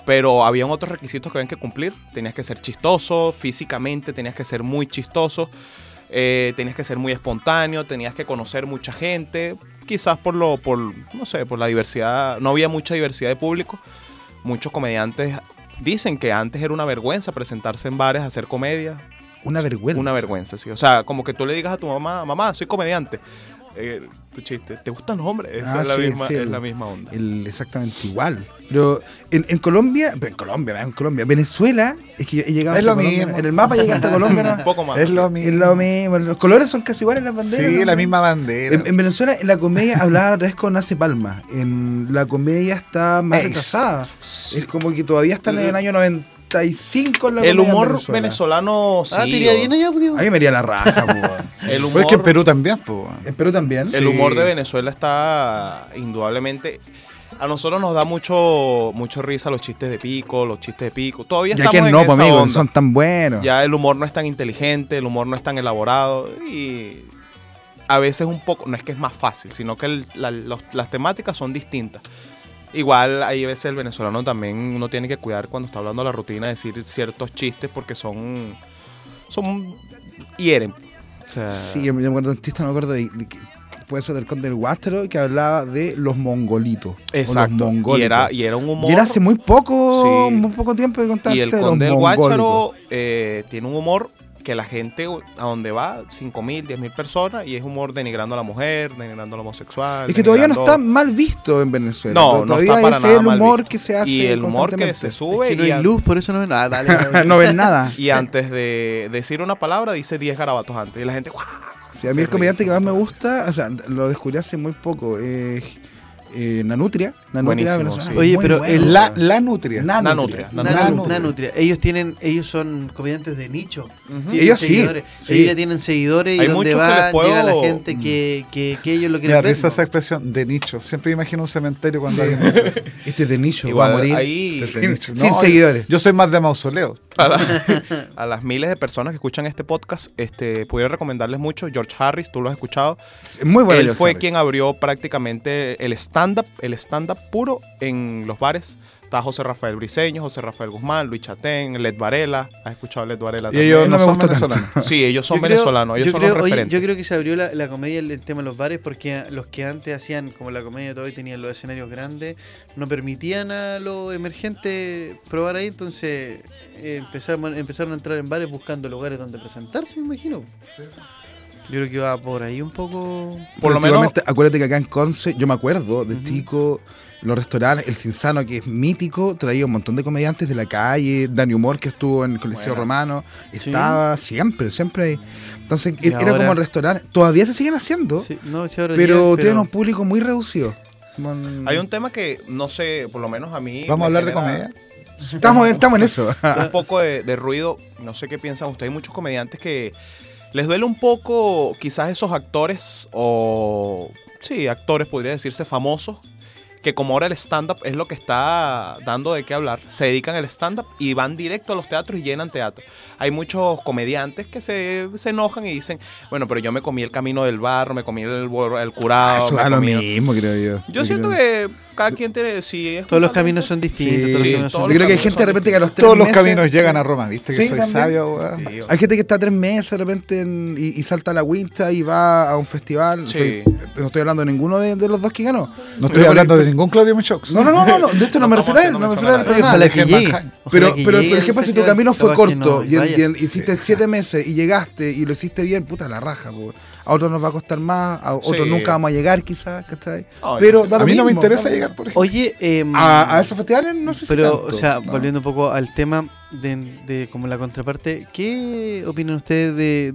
S3: Pero habían otros requisitos que habían que cumplir. Tenías que ser chistoso, físicamente tenías que ser muy chistoso, eh, tenías que ser muy espontáneo, tenías que conocer mucha gente. Quizás por lo, por, no sé, por la diversidad, no había mucha diversidad de público. Muchos comediantes dicen que antes era una vergüenza presentarse en bares a hacer comedia.
S2: Una vergüenza.
S3: Una vergüenza, sí. O sea, como que tú le digas a tu mamá, mamá, soy comediante. Eh, tu chiste, ¿te gustan los hombres? Esa
S2: Ah,
S3: es, la
S2: sí,
S3: misma,
S2: sí,
S3: es
S2: el-
S3: la misma onda.
S2: El- exactamente igual. Pero en, en Colombia, en Colombia, ¿verdad? en Colombia, Venezuela, es que he llegado
S4: Es
S2: hasta
S4: lo
S2: Colombia,
S4: mismo.
S2: En el mapa llega hasta Colombia.
S3: Un
S2: ¿no?
S3: poco más.
S4: Es lo
S2: es
S4: mismo.
S2: lo mismo. Los colores son casi iguales en las banderas.
S4: Sí,
S2: ¿no?
S4: la misma bandera.
S2: En, en Venezuela, en la comedia hablaba otra vez con Nace Palma. En la comedia está más
S4: Ex.
S2: retrasada. Es como que todavía están en el año 95 en la comedia
S3: El
S2: en
S3: humor
S2: Venezuela.
S3: venezolano, sí.
S1: ah, te iría
S3: o-
S1: bien allá, pues, digo.
S2: A mí me haría la raja, po.
S3: El
S4: Pero
S3: humor,
S4: es que en Perú también, po, weón.
S2: En Perú también.
S3: el humor de Venezuela está indudablemente... A nosotros nos da mucho, mucho risa los chistes de pico, los chistes de pico. Todavía
S2: Ya que
S3: estamos en
S2: no, po,
S3: esa
S2: amigo,
S3: onda.
S2: son tan buenos.
S3: Ya el humor no es tan inteligente, el humor no es tan elaborado y a veces un poco, no es que es más fácil, sino que el- la- los- las temáticas son distintas. Igual hay veces el venezolano también uno tiene que cuidar cuando está hablando de la rutina, decir ciertos chistes porque son, son, hieren. O sea,
S2: Sí, yo me acuerdo de un chiste, no me acuerdo de, de que- puede ser del conde del Guástaro, que hablaba de los mongolitos. o Los
S3: exacto.
S2: mongólicos.
S3: Y era, y era un humor.
S2: Y era hace muy poco,
S3: Sí.
S2: muy poco tiempo que contaba
S3: Y
S2: el
S3: el
S2: chiste de los
S3: Conde del
S2: mongólicos.
S3: Guácharo eh, tiene un humor que la gente a donde va, 5.000, 10.000 personas, y es humor denigrando a la mujer, denigrando al homosexual.
S2: Es que todavía no
S3: denigrando-
S2: está mal visto en Venezuela.
S3: No, no
S2: todavía
S3: está para
S2: ese
S3: nada
S2: es el
S3: mal
S2: humor
S3: visto.
S2: que se hace
S3: Y el humor que se sube
S1: Es que no
S3: y,
S1: hay
S3: an-
S1: luz, por eso no ven. Ah, dale. dale.
S2: no ven nada.
S3: y antes de decir una palabra dice 10 garabatos antes. Y la gente... ¡guau!
S2: Sí, a mí
S3: se
S2: el comediante
S3: ríe,
S2: que más me
S3: se
S2: gusta, o sea, lo descubrí hace muy poco, eh, eh, Nanutria. Nanutria
S3: Buenísimo,
S2: venezolana,
S3: sí.
S1: Oye,
S2: muy
S1: pero
S2: bueno.
S1: el-
S4: La, la nutria.
S3: Nanutria,
S1: Nanu-
S2: Nanutria.
S1: Nanutria. Ellos tilos ellos son comediantes de nicho.
S3: Ujú.
S1: Tienen
S2: Ellos sí,
S1: seguidores.
S2: sí.
S1: Ellos ya tienen seguidores y
S3: Hay
S1: donde
S3: muchos que
S1: va
S3: les puedo-
S1: llega la gente que, que, que ellos lo
S4: Me da
S1: quieren ver.
S4: risa
S1: ¿no?
S4: esa expresión de nicho. Siempre imagino un cementerio cuando alguien dice eso,
S2: Este es de nicho, va
S3: Igual
S2: a morir. Este
S3: ahí-
S4: de
S2: Sin-
S4: nicho.
S2: sin seguidores.
S4: Yo soy más de mausoleo.
S3: A las miles de personas que escuchan este podcast, este, pudiera recomendarles mucho. George Harris, tú lo has escuchado.
S2: Muy bueno.
S3: Él
S2: George
S3: fue
S2: Harris.
S3: quien abrió prácticamente el stand-up, el stand-up puro en los bares Está José Rafael Briseño, José Rafael Guzmán, Luis Chatén, Led Varela. ¿Has escuchado a Led Varela
S4: Y ellos
S2: Él
S4: no,
S2: no me
S4: son
S2: gusta
S4: venezolanos.
S3: Sí, ellos son
S1: Yo creo-
S3: venezolanos, ellos
S1: yo
S3: son
S1: creo,
S3: los
S1: oye,
S3: referentes.
S1: yo creo que se abrió la, la comedia, el, el tema de los bares, porque a- los que antes hacían, como la comedia de todo y tenían los escenarios grandes, no permitían a los emergentes probar ahí, entonces eh, empezaron, empezaron a entrar en bares buscando lugares donde presentarse, me imagino. Yo creo que va por ahí un poco...
S3: Por lo menos,
S2: Antiguamente, Acuérdate que acá en Conce, yo me acuerdo de Tico, los restaurantes, el Cinsano, que es mítico, traía un montón de comediantes de la calle, Dani Humor, que estuvo en el Coliseo
S3: Buena.
S2: Romano, estaba siempre, siempre ahí. Entonces, e-,
S1: Y
S2: era
S1: ahora-
S2: como el restaurante, todavía se siguen haciendo,
S1: Sí, no, sí, ahora
S2: pero
S1: llegan,
S2: tienen un público muy reducido.
S3: hay un tema que no sé, por lo menos a mí.
S4: Vamos a
S3: me
S4: hablar de
S3: genera-
S4: comedia.
S2: Estamos, estamos en eso.
S3: un poco de, de ruido. No sé qué piensan ustedes. Hay muchos comediantes que les duele un poco, quizás esos actores o. Sí, actores podría decirse famosos. Que como ahora el stand-up es lo que está dando de qué hablar, se dedican al stand-up y van directo a los teatros y llenan teatros. Hay muchos comediantes que se, se enojan y dicen, bueno, pero yo me comí el camino del barro, me comí el, bor- el curado.
S2: Eso
S3: me
S2: da lo
S3: comí-
S2: mismo, creo yo.
S3: Ah, Yo siento que cada quien tiene... Si es un
S1: Todos los
S3: talento-
S1: caminos son distintos. todos los
S3: sí,
S1: caminos son
S2: Yo
S3: todos
S2: creo que hay
S3: caminos
S2: gente de
S3: son
S2: repente que a los tres
S4: Todos los
S2: meses-
S4: caminos llegan a Roma, ¿viste? Que
S2: Sí,
S4: soy
S2: también.
S4: sabio, weón.
S3: Sí,
S2: Hay gente que está tres meses de repente en- y, y salta a la winta y va a un festival.
S3: Sí.
S2: Estoy- no estoy hablando de ninguno de, de los dos que ganó.
S4: No estoy
S2: Pero-
S4: hablando de ningún Claudio Muchox.
S2: No, no, no, no, no, de esto no,
S3: No
S2: me
S3: estamos
S2: refiero a él, no
S3: haciendo
S2: me refiero a él
S3: mención
S2: para
S4: a
S2: nada.
S1: Ojalá
S4: nadie.
S1: que llegue.
S4: Pero-
S1: Ojalá
S2: Pero,
S1: que
S2: pero
S1: llegue
S2: por
S1: el
S2: ejemplo, si tu
S1: festival,
S2: camino fue
S1: capaz que no,
S2: corto y, en-
S1: vaya.
S2: y en- hiciste siete meses y llegaste y lo hiciste bien, puta la raja, po. a otros nos va a costar más, a otros
S3: Sí.
S2: nunca vamos a llegar quizás, ¿cachai?
S3: No,
S2: pero
S3: yo-
S2: da
S4: a
S2: lo
S4: mí no me
S2: mismo,
S4: interesa
S2: da-
S4: llegar, por ejemplo.
S1: Oye, em,
S2: A, a esos festivales no sé si
S1: Pero,
S2: tanto,
S1: o sea,
S2: ¿no?
S1: volviendo un poco al tema de, de como la contraparte, ¿qué opinan ustedes de,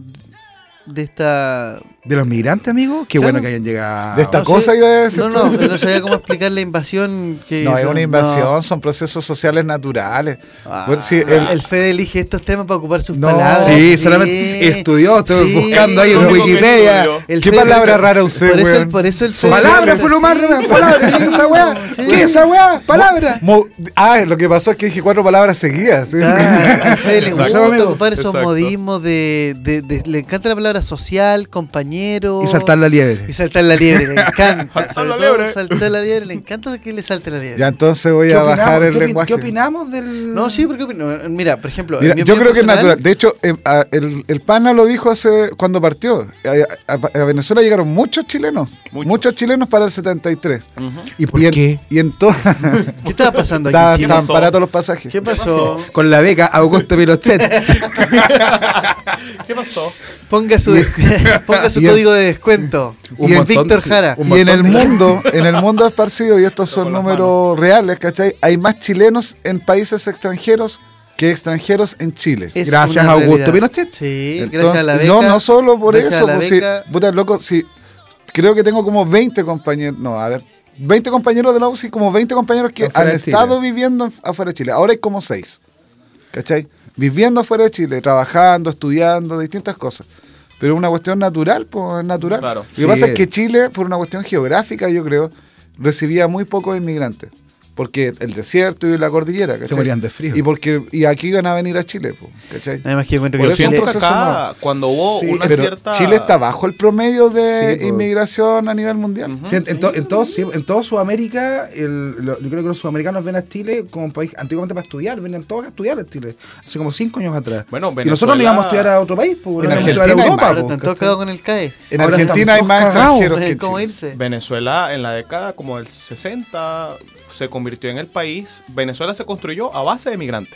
S1: de esta...
S2: De los migrantes, amigo, qué
S1: Claro.
S2: bueno que hayan llegado.
S4: De esta
S1: no sé-
S4: cosa iba a decir.
S1: No, no, no sabía cómo explicar la invasión. Que
S4: No, es una
S1: no.
S4: invasión, son procesos sociales naturales.
S1: Ah,
S4: Bueno, sí,
S1: el,
S4: el-
S1: Fede elige estos temas para ocupar sus
S4: No.
S1: palabras.
S2: Sí, solamente estudió, estuve
S1: Sí.
S2: buscando ahí en
S3: Lo único que
S2: Wikipedia.
S3: estudió.
S1: El
S4: ¿Qué
S1: Fede-
S4: palabra
S1: por eso-
S4: rara usé,
S1: por eso,
S4: weón?
S1: por eso el Fede...
S4: Sociales.
S2: Palabra fue lo más raro, palabra, ¿qué es esa weá?
S1: Sí.
S2: ¿Qué es esa weá? Palabra.
S4: Mo- ah, lo que pasó es que dije cuatro palabras seguidas.
S2: Ah.
S1: Claro, al Fede le
S3: Exacto.
S1: gusta
S2: Amigo.
S1: ocupar esos
S3: Exacto.
S1: modismos de, de- de- Le encanta la palabra social, compañero...
S2: Y saltar la liebre.
S1: Y saltar la liebre, le encanta.
S3: Saltar la
S1: sobre todo
S3: liebre.
S1: Saltar la liebre, le encanta que le salte la liebre.
S4: Ya entonces voy
S2: ¿Qué
S4: a
S2: opinamos?
S4: bajar el
S2: ¿Qué opi-
S4: lenguaje.
S2: ¿Qué opinamos del.?
S1: No, sí, porque no, mira, por ejemplo, en
S4: Mira,
S1: mi
S4: yo
S1: opinión
S4: creo que es
S1: personal,
S4: natural. De hecho, eh, a- el, el pana lo dijo hace cuando partió. A, a- a Venezuela llegaron muchos chilenos.
S3: Muchos.
S4: muchos chilenos para el 73.
S3: Ujú.
S2: ¿Y por
S4: y en-
S2: qué?
S4: Y entonces
S1: ¿Qué estaba pasando aquí en
S4: estaban
S1: Chile?
S4: tan
S3: pasó?
S4: baratos los pasajes.
S1: ¿Qué pasó?
S2: Con la beca Augusto Pinochet.
S3: ¿Qué pasó?
S1: Ponga su, descu- ponga su
S4: Y el-
S1: código de descuento.
S2: Un
S1: y el
S2: montón de-
S1: Víctor Jara.
S2: un
S4: y en
S2: montón
S4: el
S2: de-
S4: mundo, en el mundo esparcido, y estos
S3: Pero
S4: son
S3: con las
S4: números reales, ¿cachai? Hay más chilenos en países extranjeros que extranjeros en Chile.
S1: Es
S2: Gracias
S1: una
S2: a Augusto
S1: realidad.
S2: Pinochet.
S1: Sí,
S4: Entonces,
S1: gracias a la beca.
S4: No, no solo por
S1: gracias
S4: eso.
S1: a la
S4: pues, sí,
S1: beca.
S4: puta, loco, sí, creo que tengo como 20 compañeros, no, a ver, 20 compañeros de la UCI, como 20 compañeros que
S2: Afuera
S4: han
S2: de Chile.
S4: estado viviendo en- afuera de Chile. Ahora hay como 6, ¿cachai? Viviendo afuera de Chile, trabajando, estudiando, distintas cosas. Pero es una cuestión natural, pues es natural.
S3: Claro.
S4: Lo que pasa
S2: Sí.
S4: es que Chile, por una cuestión geográfica, yo creo, recibía muy pocos inmigrantes. Porque el desierto y la cordillera, ¿cachai?
S2: morían de frío. Eh,
S4: Y, porque, y aquí iban a venir a Chile, pues, ¿cachai?
S1: Nada más que encuentro que
S4: Por
S3: Yo
S4: eso
S1: Chile-
S3: siento que
S4: entonces
S3: acá,
S4: sonaba.
S3: cuando hubo
S2: Sí,
S3: una
S4: Pero
S3: cierta. pues.
S4: Chile está bajo el promedio de
S2: Sí, po.
S4: inmigración a nivel mundial.
S2: Sí, en, en to- en todo, sí, en todo Sudamérica, el- lo- yo creo que los sudamericanos ven a Chile como un país antiguamente para estudiar, venían todos a estudiar a Chile, hace como cinco años atrás.
S3: Bueno,
S2: y nosotros
S3: Venezuela-
S2: no íbamos a estudiar a otro país, pues,
S4: En
S2: no íbamos a estudiar a
S4: Argentina hay
S2: Europa.
S4: más,
S1: Ahora
S2: po,
S1: están todos
S2: ¿cachai?
S1: quedados con el E. CAE.
S4: En
S2: Ahora
S4: Argentina hay
S2: estamos
S4: más
S2: cagados,
S4: extranjeros
S1: No
S4: que
S1: sé
S4: en
S1: cómo
S4: Chile.
S1: irse.
S3: Venezuela en la década como del 60 se convirtió en el país. Venezuela se construyó a base de migrantes.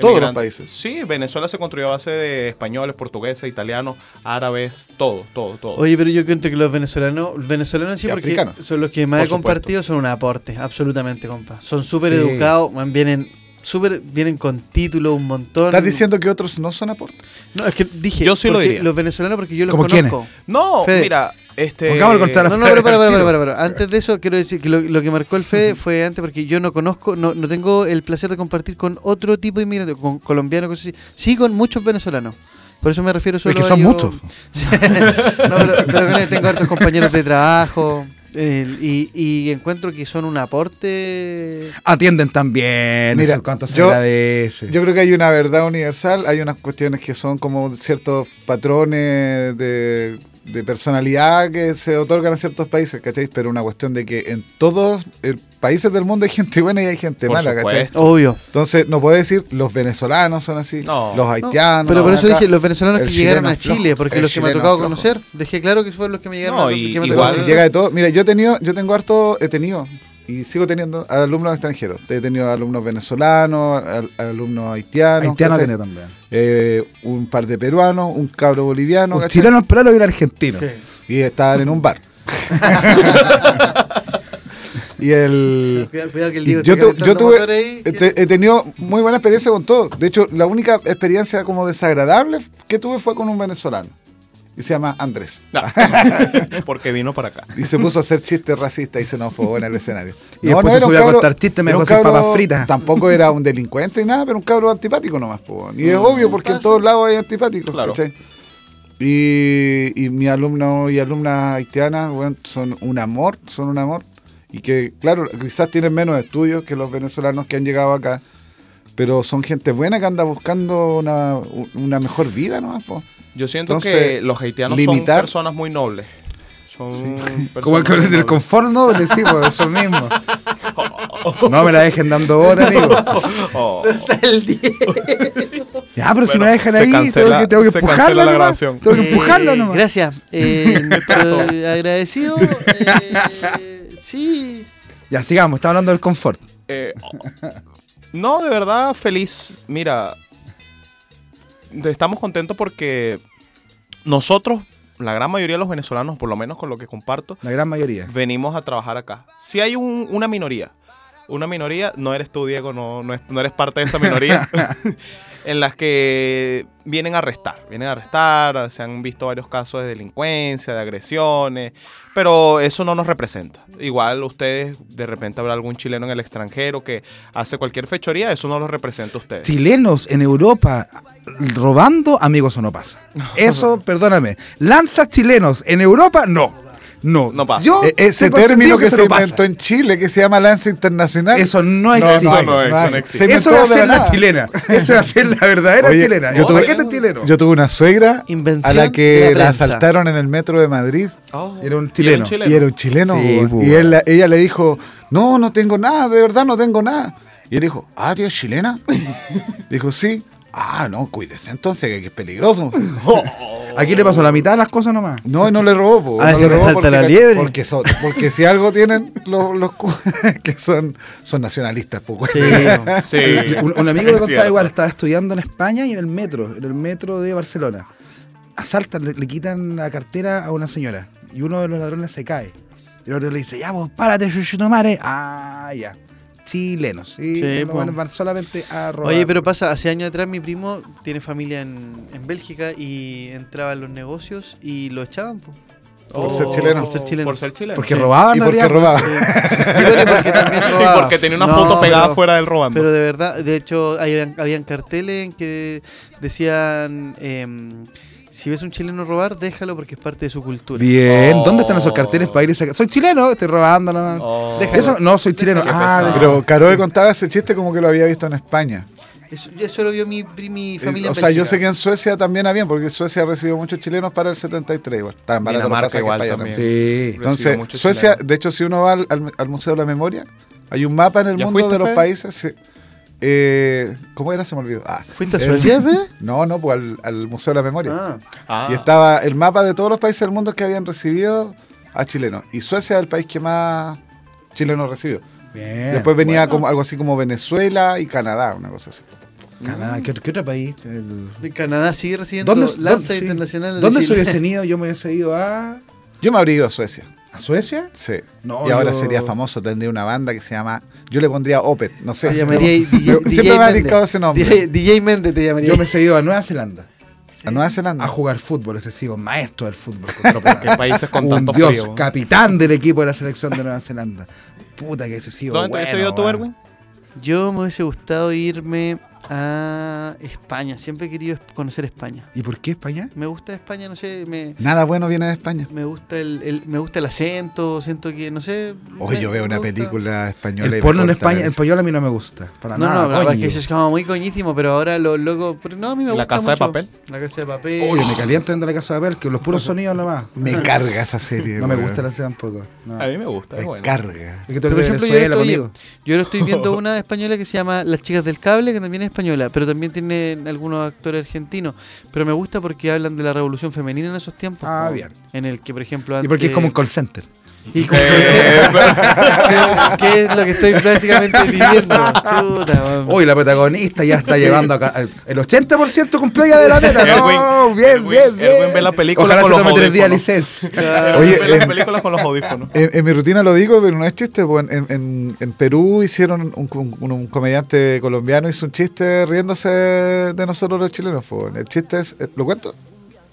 S4: Todos los
S3: Emigrantes.
S4: países.
S3: Sí, Venezuela se construyó a base de españoles, portugueses, italianos, árabes, todo, todo, todo.
S1: Oye, pero yo encuentro que los venezolanos, los venezolanos sí,
S4: Y
S1: porque
S4: africanos.
S1: son los que más
S3: Por
S1: he compartido, son un aporte, absolutamente, compa. Son súper educados, man, vienen súper, vienen con título un montón.
S4: ¿Estás diciendo que otros no son aporte?
S1: No, es que dije,
S3: Yo sí lo
S1: porque
S3: diría.
S1: los venezolanos porque yo los
S2: ¿Cómo
S1: conozco.
S3: no,
S1: Fede.
S3: mira, este.
S2: Pongámoslo con tal-
S1: No, no, pero, pero, pero, pero, pero, antes de eso quiero decir que lo, lo que marcó el Fede fue antes porque yo no conozco, no, no tengo el placer de compartir con otro tipo de inmigrante, con colombianos, cosas así. Sí, con muchos venezolanos. Por eso me refiero solo
S2: que
S1: a
S2: son
S1: ellos.
S2: muchos.
S1: no, pero, pero creo que tengo hartos compañeros de trabajo eh, y, y encuentro que son un aporte.
S2: Atienden también,
S4: Mira,
S2: eso cuánto se
S4: yo-
S2: agradece.
S4: Yo creo que hay una verdad universal, hay unas cuestiones que son como ciertos patrones de de personalidad que se otorgan a ciertos países, ¿cachai? Pero una cuestión de que en todos eh, países del mundo hay gente buena y hay gente
S3: Por
S4: mala, ¿cachai?
S3: supuesto.
S1: Obvio.
S4: Entonces, no puede decir los venezolanos son así,
S3: No.
S4: los
S1: No,
S4: haitianos.
S1: pero por
S4: acá.
S1: eso dije, los venezolanos
S4: el
S1: que llegaron a
S4: chileno es
S1: Chile,
S4: flojo,
S1: porque
S4: el
S1: los que me ha
S4: chileno
S1: tocado
S4: es flojo.
S1: conocer, dejé claro que fueron los que me llegaron
S3: No,
S1: a los
S3: y
S1: que me
S4: Pero
S3: igual-
S1: tocaron.
S4: si llega de todo. Mira, yo he tenido, yo tengo harto, he tenido y sigo teniendo a alumnos extranjeros. He tenido alumnos venezolanos, al- alumnos haitianos.
S2: Haitiano
S4: ¿cachai?
S2: tiene también.
S4: Eh, un par de peruanos, un cabro boliviano,
S2: Un
S4: ¿cachai?
S2: chileno, un peruano y un argentino.
S4: y estaban en un bar. y el
S1: Cuidado, cuidado que el
S4: y
S1: Diego
S4: yo,
S1: está
S4: tu- yo
S1: calentando
S4: tuve
S1: motor ahí, que-
S4: te- he tenido muy buena experiencia con todo. De hecho, la única experiencia como desagradable que tuve fue con un venezolano. Y se llama Andrés.
S3: Porque vino para acá.
S4: Y se puso a hacer chistes racistas y xenófobos en el escenario.
S2: Y después se
S4: era un
S2: subió a
S4: cabro-
S2: contar chistes, me
S4: era
S2: dejó
S4: un
S2: sin
S4: cabro-
S2: papas fritas.
S4: Tampoco era un delincuente y nada, pero un cabro antipático nomás. po. Y
S2: Mm,
S4: es obvio, porque en
S1: pasa.
S4: todos lados hay antipáticos.
S3: Claro.
S4: ¿cachai? Y, y mi alumno y alumnas haitianas weón, son un amor, son un amor. Y que, claro, quizás tienen menos estudios que los venezolanos que han llegado acá. Pero son gente buena que anda buscando una, una mejor vida nomás. po.
S3: Yo siento que
S4: Entonces,
S3: los haitianos
S4: limitar-
S3: son personas muy nobles. Son personas
S2: Como el que
S3: muy
S2: habla del
S3: nobles.
S2: confort, no, le sigo, eso mismo. No me la dejen dando bote, amigo.
S3: Oh,
S1: el Diego.
S2: Ya, pero si me
S3: Bueno,
S2: la dejan
S3: se
S2: ahí, tengo
S3: cancela-
S2: que, tengo que
S3: se
S2: empujarla
S3: cancela la
S2: nomás.
S3: grabación.
S2: Tengo que
S1: Eh,
S2: empujarla nomás.
S1: Gracias. Eh, eh, agradecido. eh, sí.
S2: Ya, sigamos, estamos hablando del confort.
S3: eh, oh. No, de verdad, feliz. Mira, de- estamos contentos porque nosotros, la gran mayoría de los venezolanos, por lo menos con lo que comparto,
S2: La gran mayoría.
S3: venimos a trabajar acá. Si hay un- una minoría, una minoría, no eres tú, Diego, no, no, es- no eres parte de esa minoría, en las que vienen a arrestar, vienen a arrestar, se han visto varios casos de delincuencia, de agresiones, pero eso no nos representa. Igual ustedes, de repente habrá algún chileno en el extranjero que hace cualquier fechoría, eso no lo representa a ustedes.
S2: Chilenos en Europa robando, amigos, eso no pasa. Eso, perdóname. Lanzas chilenos en Europa, no. No,
S3: No pasa.
S2: Yo
S4: E- ese
S2: tengo entendido
S4: término
S2: que
S4: que
S2: eso
S4: se
S2: no pasa.
S4: inventó en Chile, que se llama lanza internacional.
S2: Eso no existe.
S3: no, no, eso no existe.
S4: Se inventó
S2: Eso es
S4: de
S2: hacer la
S4: nada.
S2: chilena. Eso es hacer la verdadera
S4: Oye,
S2: chilena.
S4: yo
S2: El
S3: tuve-
S2: paquete este chileno.
S4: Yo tuve una suegra a
S1: Invención
S4: la
S1: de
S4: que
S1: la
S4: la
S1: prensa.
S4: asaltaron en el metro de Madrid
S1: Oh.
S2: Era un
S3: Y
S2: chileno.
S4: y era un chileno.
S2: Sí,
S4: weón.
S2: bu,
S1: pues,
S4: y él- ella le dijo, no, no tengo nada, de verdad no tengo nada. Y él dijo, ah, tío, ¿es chilena. dijo, sí. Ah, no, cuídese entonces, que, que es peligroso.
S1: Oh.
S2: Aquí le pasó la mitad de las cosas nomás.
S4: No, y no le robó. po,
S1: A
S4: no
S1: veces
S4: le
S1: me
S4: robó
S1: Ah, salta
S4: porque,
S1: la liebre.
S4: Porque, son, porque si algo tienen los, los cu- que son, son nacionalistas. pues, po, weón.
S1: Sí.
S3: Sí,
S2: Un, un amigo me
S3: es
S2: contaba igual,
S3: cierto.
S2: estaba estudiando en España y en el metro, en el metro de Barcelona. Asaltan, le, le quitan la cartera a una señora y uno de los ladrones se cae. Y el otro le dice, ya vos, párate, chuchito mare. Ah, ya. Chilenos. Y
S1: Sí,
S2: los
S1: po.
S2: buenos van solamente a robar.
S1: Oye, pero pasa, hace años atrás mi primo tiene familia en, en Bélgica y entraba en los negocios y lo echaban. po.
S4: Por ser chileno.
S1: Por ser chileno.
S3: Oh. Por ser chileno.
S1: Sí.
S2: Porque robaban,
S4: y
S2: no
S4: porque
S2: habría-
S4: robaba.
S1: Y bueno, porque también
S3: Y
S1: robaba.
S3: porque tenía una
S1: No,
S3: foto pegada
S1: pero-
S3: fuera del robando.
S1: Pero de verdad, de hecho, habían, habían carteles en que decían: em, si ves un chileno robar, déjalo porque es parte de su cultura.
S2: Bien, ¿dónde
S3: Oh.
S2: están esos carteles para ir y sacar? Soy chileno, estoy robando. No.
S3: Oh.
S1: Déjalo.
S2: Eso, no, soy chileno.
S3: Qué
S2: Ah,
S3: pesado.
S4: Pero Caroe contaba ese chiste como que lo había visto en España.
S1: Eso, eso lo vio mi, pri- mi
S4: Eh,
S1: familia. en
S4: o sea, yo
S1: Bélgica.
S4: sé que en Suecia también había, porque Suecia recibió muchos chilenos para el 73 igual. Tan barato los
S3: Dinamarca
S4: pasajes
S3: igual
S4: para allá
S3: también.
S2: sí.
S3: Recibió
S4: Entonces,
S3: muchos
S4: Suecia,
S3: chilenos.
S4: de hecho, si uno va al, al- al Museo de la Memoria, hay un mapa en el
S3: ¿Ya
S4: mundo
S3: fuiste,
S4: de los
S3: Fede?
S4: países. sí. Eh, ¿Cómo era? Se me olvidó. Ah,
S1: ¿Fuiste a
S4: el-
S1: Suecia, Fede?
S4: No, no, pues al, al Museo de la Memoria.
S1: Ah.
S3: Ah.
S4: Y estaba el mapa de todos los países del mundo que habían recibido a chilenos. Y Suecia es el país que más chilenos recibió.
S2: Bien.
S4: Después venía como algo así como Venezuela y Canadá, una cosa así.
S2: Canadá, ¿qué, qué otro país? El-
S1: Canadá sigue recibiendo
S2: ¿Dónde,
S1: lanza
S2: dónde- sí.
S1: internacional.
S2: ¿Dónde
S1: de
S2: se
S1: Chile.
S2: hubiese ido? Yo me hubiese ido a.
S4: Yo me habría ido a Suecia.
S2: ¿A Suecia?
S4: Sí.
S2: No,
S4: y ahora
S2: yo-
S4: sería famoso, tendría una banda que se llama. Yo le pondría Opet, no sé.
S1: Te
S4: si-
S1: llamaría DJ,
S4: Yo-
S1: DJ
S4: siempre me ha
S1: Méndez.
S4: dictado ese nombre.
S1: DJ, DJ Méndez te llamaría.
S2: Yo me hubiese ido a Nueva Zelanda
S4: A Nueva
S2: a
S4: Zelanda.
S2: jugar fútbol. Ese sido maestro del fútbol. contra-
S3: Qué países con
S2: Un
S3: tanto
S2: dios,
S3: frío.
S2: capitán del equipo de la selección de Nueva Zelanda. Puta que ese sido
S3: ¿Dónde te
S2: bueno,
S3: hubiese ido tú,
S2: weón.
S3: Erwin?
S1: Yo me hubiese gustado irme a España. Siempre he querido es- conocer España.
S2: ¿Y por qué España?
S1: Me gusta España, no sé, me,
S4: Nada bueno viene de España.
S1: me gusta el, el- me gusta el acento, siento que, no sé.
S4: Hoy
S1: me-
S4: yo veo
S1: me
S4: una
S1: gusta.
S4: película española. y
S2: el
S4: me
S2: porno en
S4: corta
S2: España,
S4: ver
S2: el
S4: eso.
S2: pollo a mí no me gusta. Para
S1: No,
S2: nada.
S1: no, la verdad es que
S2: coño.
S1: se es como muy coñísimo, pero ahora los locos. pero No, a mí me
S3: La
S1: gusta
S3: Casa de
S1: mucho.
S3: Papel.
S1: La casa de papel.
S2: Oye, me caliento dentro de la casa de papel, que los puros sonidos nomás.
S4: Me carga esa serie.
S2: No me
S4: weón.
S2: gusta la sea tampoco. No.
S3: A mí me gusta, es
S4: Me
S3: bueno.
S4: carga.
S2: Es que tú
S1: Pero, por
S2: eres de
S1: ejemplo, yo
S2: Venezuela,
S1: ahora, estoy,
S2: conmigo.
S1: yo ahora estoy viendo una española que se llama Las chicas del cable, que también es española, pero también tiene algunos actores argentinos. Pero me gusta porque hablan de la revolución femenina en esos tiempos.
S2: Ah,
S1: ¿no?
S2: bien.
S1: En el que, por ejemplo,
S2: Y porque es como un
S1: antes-
S2: call center.
S1: y como que- que es lo que estoy básicamente viviendo. Chuta, man.
S2: Uy, la protagonista ya está llevando acá. eh, El 80% cumplió ya de la teta.
S3: El
S2: No,
S3: buen- el
S2: bien,
S3: buen-
S2: bien, bien.
S3: el buen ve la película
S2: Ojalá
S3: con
S2: se
S3: los
S2: tome tres días de
S3: audífonos.
S2: licencia.
S4: Oye,
S3: Oye, las
S4: eh,
S3: películas con los audífonos.
S2: Eh,
S4: En, en mi rutina lo digo, pero no es chiste. po. En, en- en Perú hicieron un, un- un comediante colombiano hizo un chiste riéndose de nosotros los chilenos. po. El chiste es, eh, ¿lo cuento?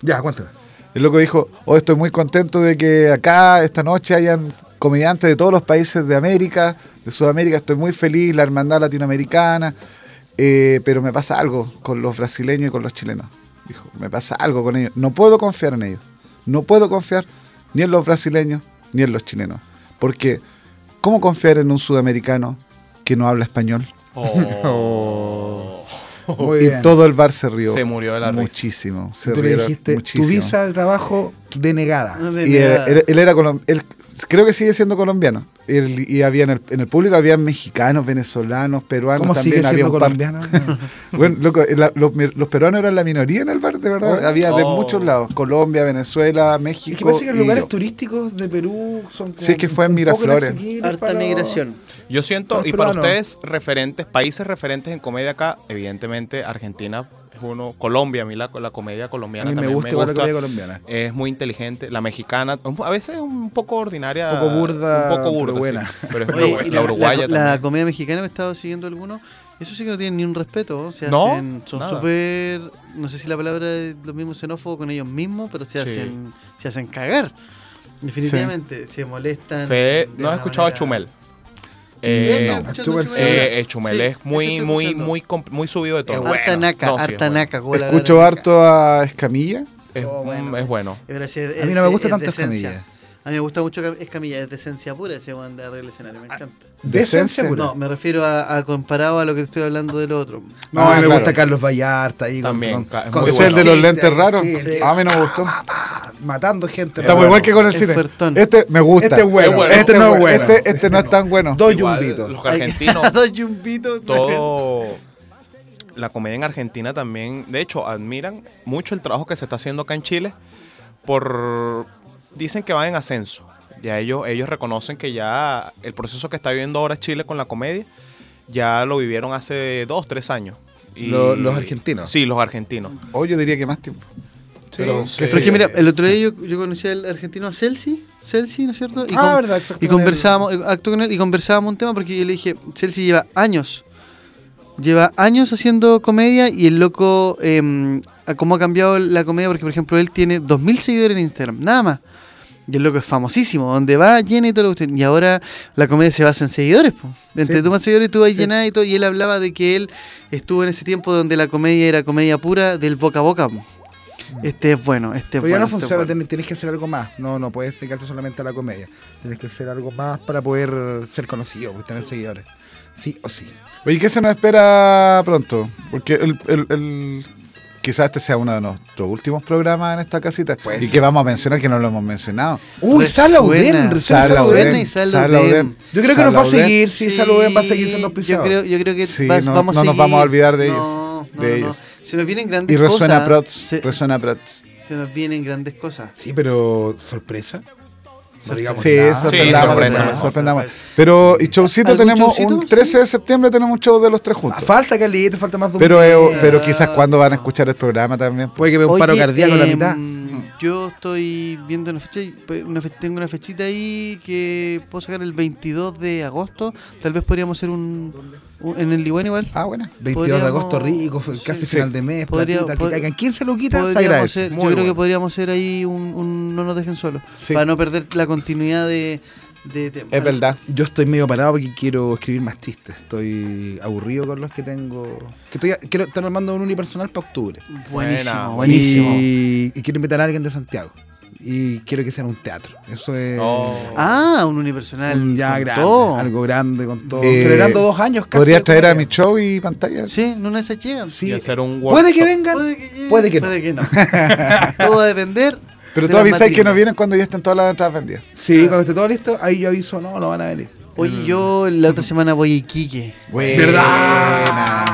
S2: Ya, cuéntala.
S4: El loco dijo, oh, estoy muy contento de que acá esta noche hayan comediantes de todos los países de América, de Sudamérica, estoy muy feliz, la hermandad latinoamericana, eh, pero me pasa algo con los brasileños y con los chilenos. Dijo, me pasa algo con ellos, no puedo confiar en ellos, no puedo confiar ni en los brasileños ni en los chilenos, porque ¿cómo confiar en un sudamericano que no habla español?
S3: Oh.
S2: Muy
S4: y
S2: bien.
S4: todo el bar se rió.
S3: Se murió de la risa.
S4: muchísimo, se
S2: Tú le
S4: rieron
S2: dijiste tu
S4: muchísimo.
S2: visa de trabajo denegada.
S1: No le
S4: Y era-
S1: nada.
S4: él, él era colom- él- creo que sigue siendo colombiano. Él- y había en el, en el público había mexicanos, venezolanos, peruanos.
S2: ¿Cómo
S4: Ah, también
S2: sigue
S4: había
S2: siendo
S4: un par-
S2: colombiano?
S4: Bueno, loco, eh, la- los, mi- los peruanos eran la minoría en el bar, de verdad.
S2: Oh.
S4: había de
S3: Oh.
S4: muchos lados. Colombia, Venezuela, México.
S2: Es que parece que los
S4: y
S2: lugares
S4: yo.
S2: turísticos de Perú son como
S4: Sí, es que fue en
S2: un poco
S4: Miraflores.
S2: inasequibles
S1: Harta
S2: para los-
S1: migración.
S3: Yo siento,
S2: Los
S3: y para
S2: peruanos.
S3: ustedes, referentes, países referentes en comedia acá, evidentemente Argentina es uno, Colombia, a mí la, la comedia
S2: A
S3: colombiana
S2: mí me
S3: también
S2: gusta igual la comida colombiana.
S3: Es muy inteligente. La mexicana, un po- a veces un poco ordinaria.
S2: Un poco burda,
S3: Un poco
S2: pero
S3: burda, sí.
S2: buena.
S3: Pero es
S1: Oye,
S3: buena.
S1: y
S3: La,
S1: la-
S3: uruguaya
S1: la
S3: también.
S1: comedia mexicana me he estado siguiendo algunos. Eso sí que no tienen ni un respeto. o sea,
S3: No,
S1: hacen- son
S3: nada.
S1: súper. No sé si la palabra es lo mismo xenófobo con ellos mismos, pero se
S3: Sí.
S1: hacen, se hacen cagar. Definitivamente, se molestan.
S3: Fe,
S1: de
S3: no has
S1: una
S3: escuchado a
S1: manera-
S3: Chumel.
S1: Bien,
S3: Eh,
S1: no, escuchando
S2: Chumel sí.
S3: eh, eh, Chumel
S1: Sí,
S3: es muy,
S1: ese estoy
S3: muy,
S1: escuchando.
S3: muy, comp- muy subido de todo.
S2: bueno.
S1: Harta naca,
S3: No, sí,
S1: harta
S3: es bueno.
S1: naca. como la
S4: Escucho
S1: palabra naca.
S4: harto a Escamilla.
S3: Es,
S1: Oh, bueno.
S3: mm, es bueno.
S1: Pero ese-
S2: A mí
S1: ese
S2: no me gusta
S1: es
S2: tanto
S1: decencia.
S2: Escamilla.
S1: A mí me gusta mucho Cam- Escamilla, es decencia pura ese weón de arreglo escenario,
S2: Ah.
S1: me encanta.
S2: Decencia pura.
S1: No, me refiero a, a comparado a lo que estoy hablando del otro.
S2: No,
S4: Ah,
S2: a mí me
S4: claro.
S2: gusta Carlos Vallarta ahí. con-
S3: También,
S2: con-
S3: ca- es
S2: con-
S3: muy
S4: Ese es
S3: bueno.
S4: el de los
S2: Sí,
S4: lentes
S2: sí,
S4: raros.
S2: sí. ah,
S4: a mí no me gustó.
S2: matando gente.
S4: Estamos
S2: Bueno,
S4: igual que con el
S1: Es
S4: cine.
S1: fuertón.
S4: Este me gusta.
S2: Este es bueno,
S3: bueno.
S2: este no es bueno.
S4: Este, este no es tan bueno.
S2: Dos
S3: Igual,
S2: yumbitos.
S3: Los argentinos,
S1: Dos yumbitos.
S3: todo. La comedia en Argentina también, de hecho, admiran mucho el trabajo que se está haciendo acá en Chile. Por dicen que van en ascenso. Ya ellos, ellos reconocen que ya el proceso que está viviendo ahora Chile con la comedia ya lo vivieron hace dos, tres años.
S2: Lo- los argentinos.
S3: Sí, los argentinos.
S4: Hoy Oh, yo diría que más tiempo.
S2: Pero-
S3: Sí.
S1: Pero es que mira, el otro día yo, yo conocí al argentino a Celsi, Celsi, ¿no es cierto? Y,
S2: Ah, verdad, acto
S1: y
S2: con él.
S1: conversábamos, eh, acto con él, y conversábamos un tema porque yo le dije, Celsi lleva años, lleva años haciendo comedia y el loco, eh, a cómo ha cambiado la comedia, porque por ejemplo él tiene 2.000 seguidores en Instagram, nada más. Y el loco es famosísimo, donde va, llena y todo lo que usted. Y ahora la comedia se basa en seguidores. po. Entre
S2: Sí.
S1: tú más seguidores, tú vas llenada y todo. Y él hablaba de que él estuvo en ese tiempo donde la comedia era comedia pura del boca a boca. po. Este es bueno, este es
S2: Mm. Pero
S1: bueno.
S2: ya
S1: este
S2: no
S1: es
S2: funciona,
S1: bueno.
S2: tenés, tenés que hacer algo más. No, no puedes dedicarte solamente a la comedia. Tienes que hacer algo más para poder ser conocido, pues, tener seguidores. Sí o sí.
S4: Oye, ¿qué se nos espera pronto? Porque el, el- el- quizás este sea uno de nuestros últimos programas en esta casita.
S2: Puede
S4: y
S2: ser.
S4: que vamos a mencionar que no lo hemos mencionado.
S2: Uy, Sala
S1: Resuena,
S2: Uden, recién Sala
S1: resuena
S2: Uden.
S1: y Sala
S4: Sala
S1: Uden.
S4: Uden.
S2: Yo creo que nos va a
S4: Sala Uden.
S2: seguir, sí, Sala Uden va a seguir siendo
S1: yo
S2: auspiciado.
S1: creo, yo creo que
S4: Sí,
S1: vas-
S4: no-
S1: vamos
S4: no
S1: a
S4: nos vamos a
S1: seguir.
S4: olvidar de
S1: No,
S4: ellos,
S1: no,
S4: de
S1: no,
S4: ellos.
S1: no. Se nos vienen grandes
S4: Y resuena
S1: cosas.
S4: Prots.
S1: Se,
S4: Resuena Prots.
S1: se nos vienen grandes cosas.
S2: Sí, pero sorpresa. No digamos
S4: Sí, sorprendamos,
S2: nada.
S3: Sí, sorpresa,
S4: sorprendamos,
S3: no,
S4: sorprendamos.
S1: sorpresa.
S4: Pero, y showcito
S1: ¿Algún
S4: tenemos
S1: showcito?
S4: un 13 de septiembre, tenemos un show de los tres juntos.
S2: Falta, Carlito, falta más de un
S4: Pero, eh,
S2: mes.
S4: pero quizás cuando van a escuchar el programa también. pues.
S2: eh, Puede que me un paro
S1: Oye,
S2: cardíaco a la
S1: em,
S2: mitad.
S1: Yo estoy viendo una fecha, y- pues, una fe- tengo una fechita ahí que puedo sacar el 22 de agosto. Tal vez podríamos hacer un, un- en el Liguán igual.
S4: Ah, bueno.
S2: 22 de agosto
S1: podríamos-
S2: rico, fue casi
S1: sí.
S2: final de mes,
S1: Podría-
S2: platita,
S1: pod-
S2: que caigan 15 luquitas, se
S1: Podríamos
S2: agradece.
S1: ser- yo
S3: Muy
S1: creo que
S3: bueno.
S1: podríamos hacer ahí un, un no nos dejen solos
S4: Sí.
S1: para no perder la continuidad de, de temas.
S4: Es verdad.
S2: Yo estoy medio parado porque quiero escribir más chistes. Estoy aburrido con los que tengo. Que estoy, quiero estar armando un unipersonal para octubre.
S3: Buena.
S1: Buenísimo, Oh, buenísimo.
S2: Y, y quiero invitar a alguien de Santiago. Y quiero que sea en un teatro. Eso es.
S3: Oh.
S1: Ah, un unipersonal.
S2: un ya
S1: con
S2: grande,
S1: todo.
S2: algo grande con todo.
S4: Eh,
S2: Celebrando dos años casi.
S4: Podrías
S2: de
S4: traer a mi
S2: comedia.
S4: show y pantalla.
S1: Sí, no esas llegan.
S2: Sí,
S3: y hacer un
S2: Puede que
S3: workshop.
S2: vengan.
S1: Puede que lleguen,
S2: puede que no.
S1: no. todo va a depender.
S4: Pero
S1: de
S4: tú
S1: la
S4: avisáis que
S1: matrina.
S4: no vienen cuando ya están todas las entradas vendidas.
S2: Sí, cuando esté todo listo, ahí yo aviso, no, no van a venir.
S1: Oye, yo la otra semana voy a Iquique.
S3: Eh,
S2: ¿Verdad?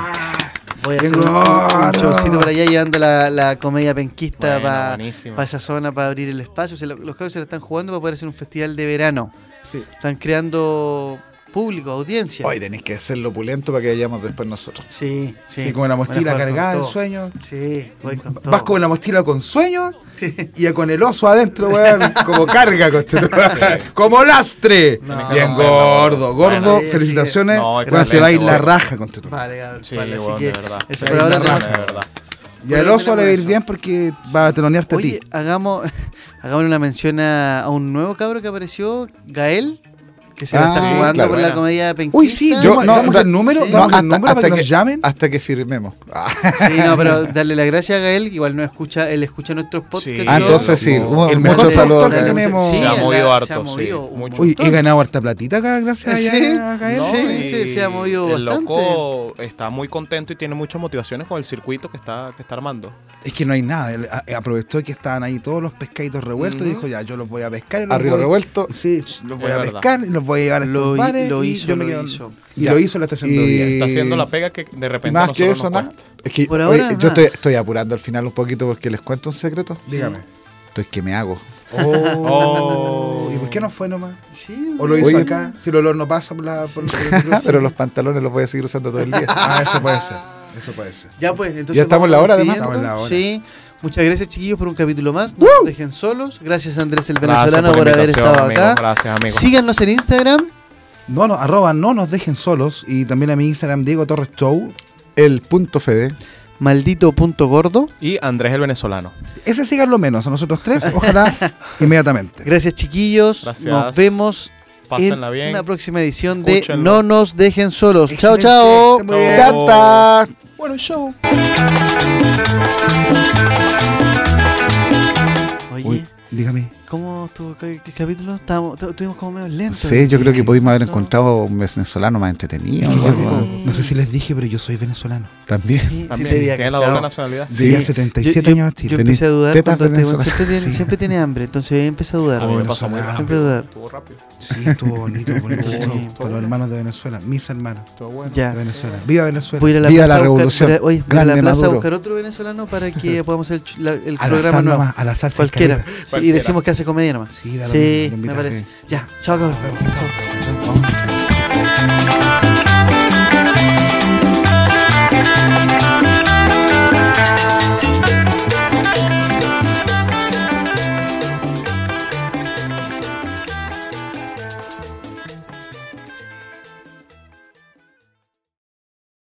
S1: Voy a hacer un,
S2: Tengo
S1: un
S2: otro.
S1: showcito para allá llevando la, la comedia penquista
S3: Bueno, buenísimo.
S1: para esa zona, para abrir el espacio. O sea, lo- los cabros se la están jugando para poder hacer un festival de verano.
S2: Sí.
S1: Están creando público, audiencia.
S4: Hoy tenéis que hacerlo opulento para que vayamos después nosotros.
S1: Sí, sí.
S2: Sí, con la mochila
S1: Voy a jugar
S2: cargada
S1: con
S2: de
S1: todo.
S2: sueños.
S1: Sí, voy con todo.
S2: Vas con la mochila con sueños
S1: Sí.
S2: y con el oso adentro, weón. Como carga, coche. como lastre.
S1: No.
S2: Bien, gordo, gordo.
S3: Bueno,
S1: sí,
S2: felicitaciones.
S3: sí. No,
S2: bueno, te va a ir
S3: excelente,
S2: la
S3: weón.
S2: raja con tu
S1: Vale, Gabriel,
S3: Sí,
S1: vale,
S3: bueno,
S1: así
S3: de
S1: que
S3: verdad.
S1: eso,
S2: Ahí
S1: pero ahora
S2: la
S1: hacemos-
S2: raja.
S3: De verdad.
S2: Y al
S1: Bueno,
S2: oso le va a ir bien porque va a telonearte a
S1: Oye,
S2: ti.
S1: hagamos, hagamos una mención a, a un nuevo cabro que apareció, Gael, que se la
S4: Ah,
S1: está jugando
S4: claro.
S1: por la comedia penquista.
S2: Uy, sí,
S4: Yo-
S2: damos,
S4: no,
S2: damos
S4: ra-
S2: el número,
S1: sí.
S2: damos
S4: No,
S2: el número para que, nos llamen.
S4: hasta que firmemos. Ah,
S1: Sí, no, pero darle las gracias a Gael, que igual no escucha, él escucha nuestros podcasts.
S3: Sí.
S1: y
S4: ah,
S1: todo.
S4: entonces sí.
S3: no.
S4: mu-
S2: El mejor
S4: Muchos saludos.
S2: productor que
S4: Gael.
S2: tenemos.
S1: Sí,
S3: Se ha
S1: la-
S3: movido
S1: se ha
S3: harto,
S1: movido
S3: sí,
S1: un
S3: mucho.
S2: Uy,
S1: montón.
S2: he ganado harta platita acá, gracias a,
S1: Sí.
S2: a Gael.
S1: No,
S2: sí.
S1: Eh, sí, sí, se ha movido
S3: El
S1: bastante.
S3: loco está muy contento y tiene muchas motivaciones con el circuito que está, que está armando.
S2: Es que no hay nada. él a- aprovechó que estaban ahí todos los pescaditos revueltos y
S3: Ujú.
S2: dijo, ya, yo los voy a pescar. y los
S4: Arriba
S2: voy-
S4: revuelto.
S2: Sí, los voy
S3: Es
S2: a
S3: verdad.
S2: pescar, y los voy a llevar a estos
S1: Lo hi-
S2: bares
S1: lo
S2: y
S1: hizo,
S2: yo me
S1: lo
S2: quedo-
S1: hizo.
S2: Y
S4: Ya.
S2: lo hizo, lo está haciendo bien.
S3: Está
S4: Eh,
S3: haciendo la pega que de
S4: Y
S3: repente a
S4: Más que
S3: nosotros
S4: eso,
S3: nos
S4: nada.
S3: cuesta.
S4: Es que
S1: Por
S4: oye,
S1: ahora,
S4: yo
S1: nada.
S4: estoy, estoy apurando al final un poquito porque les cuento un secreto.
S2: Dígame.
S4: Estoy que me hago.
S2: Oh,
S3: Oh.
S2: ¿Y por qué no fue nomás?
S1: Sí,
S2: ¿O lo
S1: güey.
S2: hizo
S4: Oye.
S2: acá? Si el olor no pasa por la... por la-
S4: Ah, pero los pantalones los voy a seguir usando todo el día.
S2: Ah, eso puede ser. Eso puede ser.
S1: Ya pues, entonces.
S4: Ya estamos en la
S1: vamos
S4: hora, además.
S1: despidiendo.
S2: Estamos en la hora.
S1: Sí. Muchas gracias, chiquillos, por un capítulo más. No nos dejen solos. Gracias, Andrés, el
S3: Gracias
S1: venezolano, por,
S3: la
S1: haber
S3: invitación,
S1: estado
S3: amigos,
S1: acá.
S3: Gracias, amigos.
S1: Síganos en Instagram.
S2: No, no, arroba, no nos dejen solos. Y también a mi Instagram, Diego Torres Show.
S4: El punto Fede.
S1: maldito punto gordo.
S3: Y Andrés el venezolano.
S2: Ese síganlo menos, a nosotros tres, ojalá inmediatamente.
S1: Gracias, chiquillos.
S3: Gracias.
S1: Nos vemos
S3: Pásenla
S1: en
S3: bien.
S1: una próxima edición de
S3: Escúchenlo.
S1: No nos dejen solos. Chao,
S2: Excelente,
S1: chao.
S2: estén muy bien.
S4: ¡Tata!
S2: Bueno, show. Uy,
S1: Oye,
S2: dígame.
S1: ¿cómo estuvo acá el capítulo? Estábamos- tu- Estuvimos como medio lentos.
S4: Sí, yo creo que pudimos haber
S1: Eso.
S4: encontrado un venezolano más entretenido.
S2: Yo-
S4: algo.
S2: no sé si les dije, pero yo soy venezolano.
S4: También.
S1: Sí, sí,
S3: También
S1: te había
S3: tiene la
S1: cachado.
S3: doble nacionalidad.
S2: Desde
S4: Sí.
S2: hace
S1: Yo,
S2: 37
S1: yo-
S2: años a
S1: yo
S2: Chile.
S1: empecé a dudar
S4: tetas
S1: cuando este weón
S4: venezolanas.
S1: siempre, tiene,
S2: Sí.
S1: siempre tiene hambre, entonces yo empecé a dudar.
S3: A mí me pasó
S2: Venezolano.
S3: muy rápido.
S1: Siempre a dudar.
S3: Estuvo rápido.
S2: Sí, estuvo bonito, bonito.
S3: Sí,
S2: estuvo. Para
S3: estuvo
S2: los
S3: bueno.
S2: hermanos de Venezuela, mis hermanos
S3: Estuvo bueno.
S1: Ya.
S2: de Venezuela. Viva
S1: Voy a
S2: Venezuela.
S1: ir a la
S4: Viva
S1: plaza
S4: la
S1: a buscar,
S4: revolución.
S1: para- oye, voy a ir a la
S4: Grande
S1: plaza a
S4: Maduro.
S1: buscar otro venezolano para que podamos hacer el ch- la- el
S2: A la
S1: programa
S2: salsa
S1: nuevo.
S2: nomás, a la salsa.
S1: Cualquiera.
S2: escalera.
S1: Sí, y decimos que hace comedia nomás.
S2: Sí, da lo mismo,
S1: Sí,
S2: lo
S1: me
S2: invitas.
S1: parece.
S2: Sí.
S1: Ya, chao cabrón. Chao.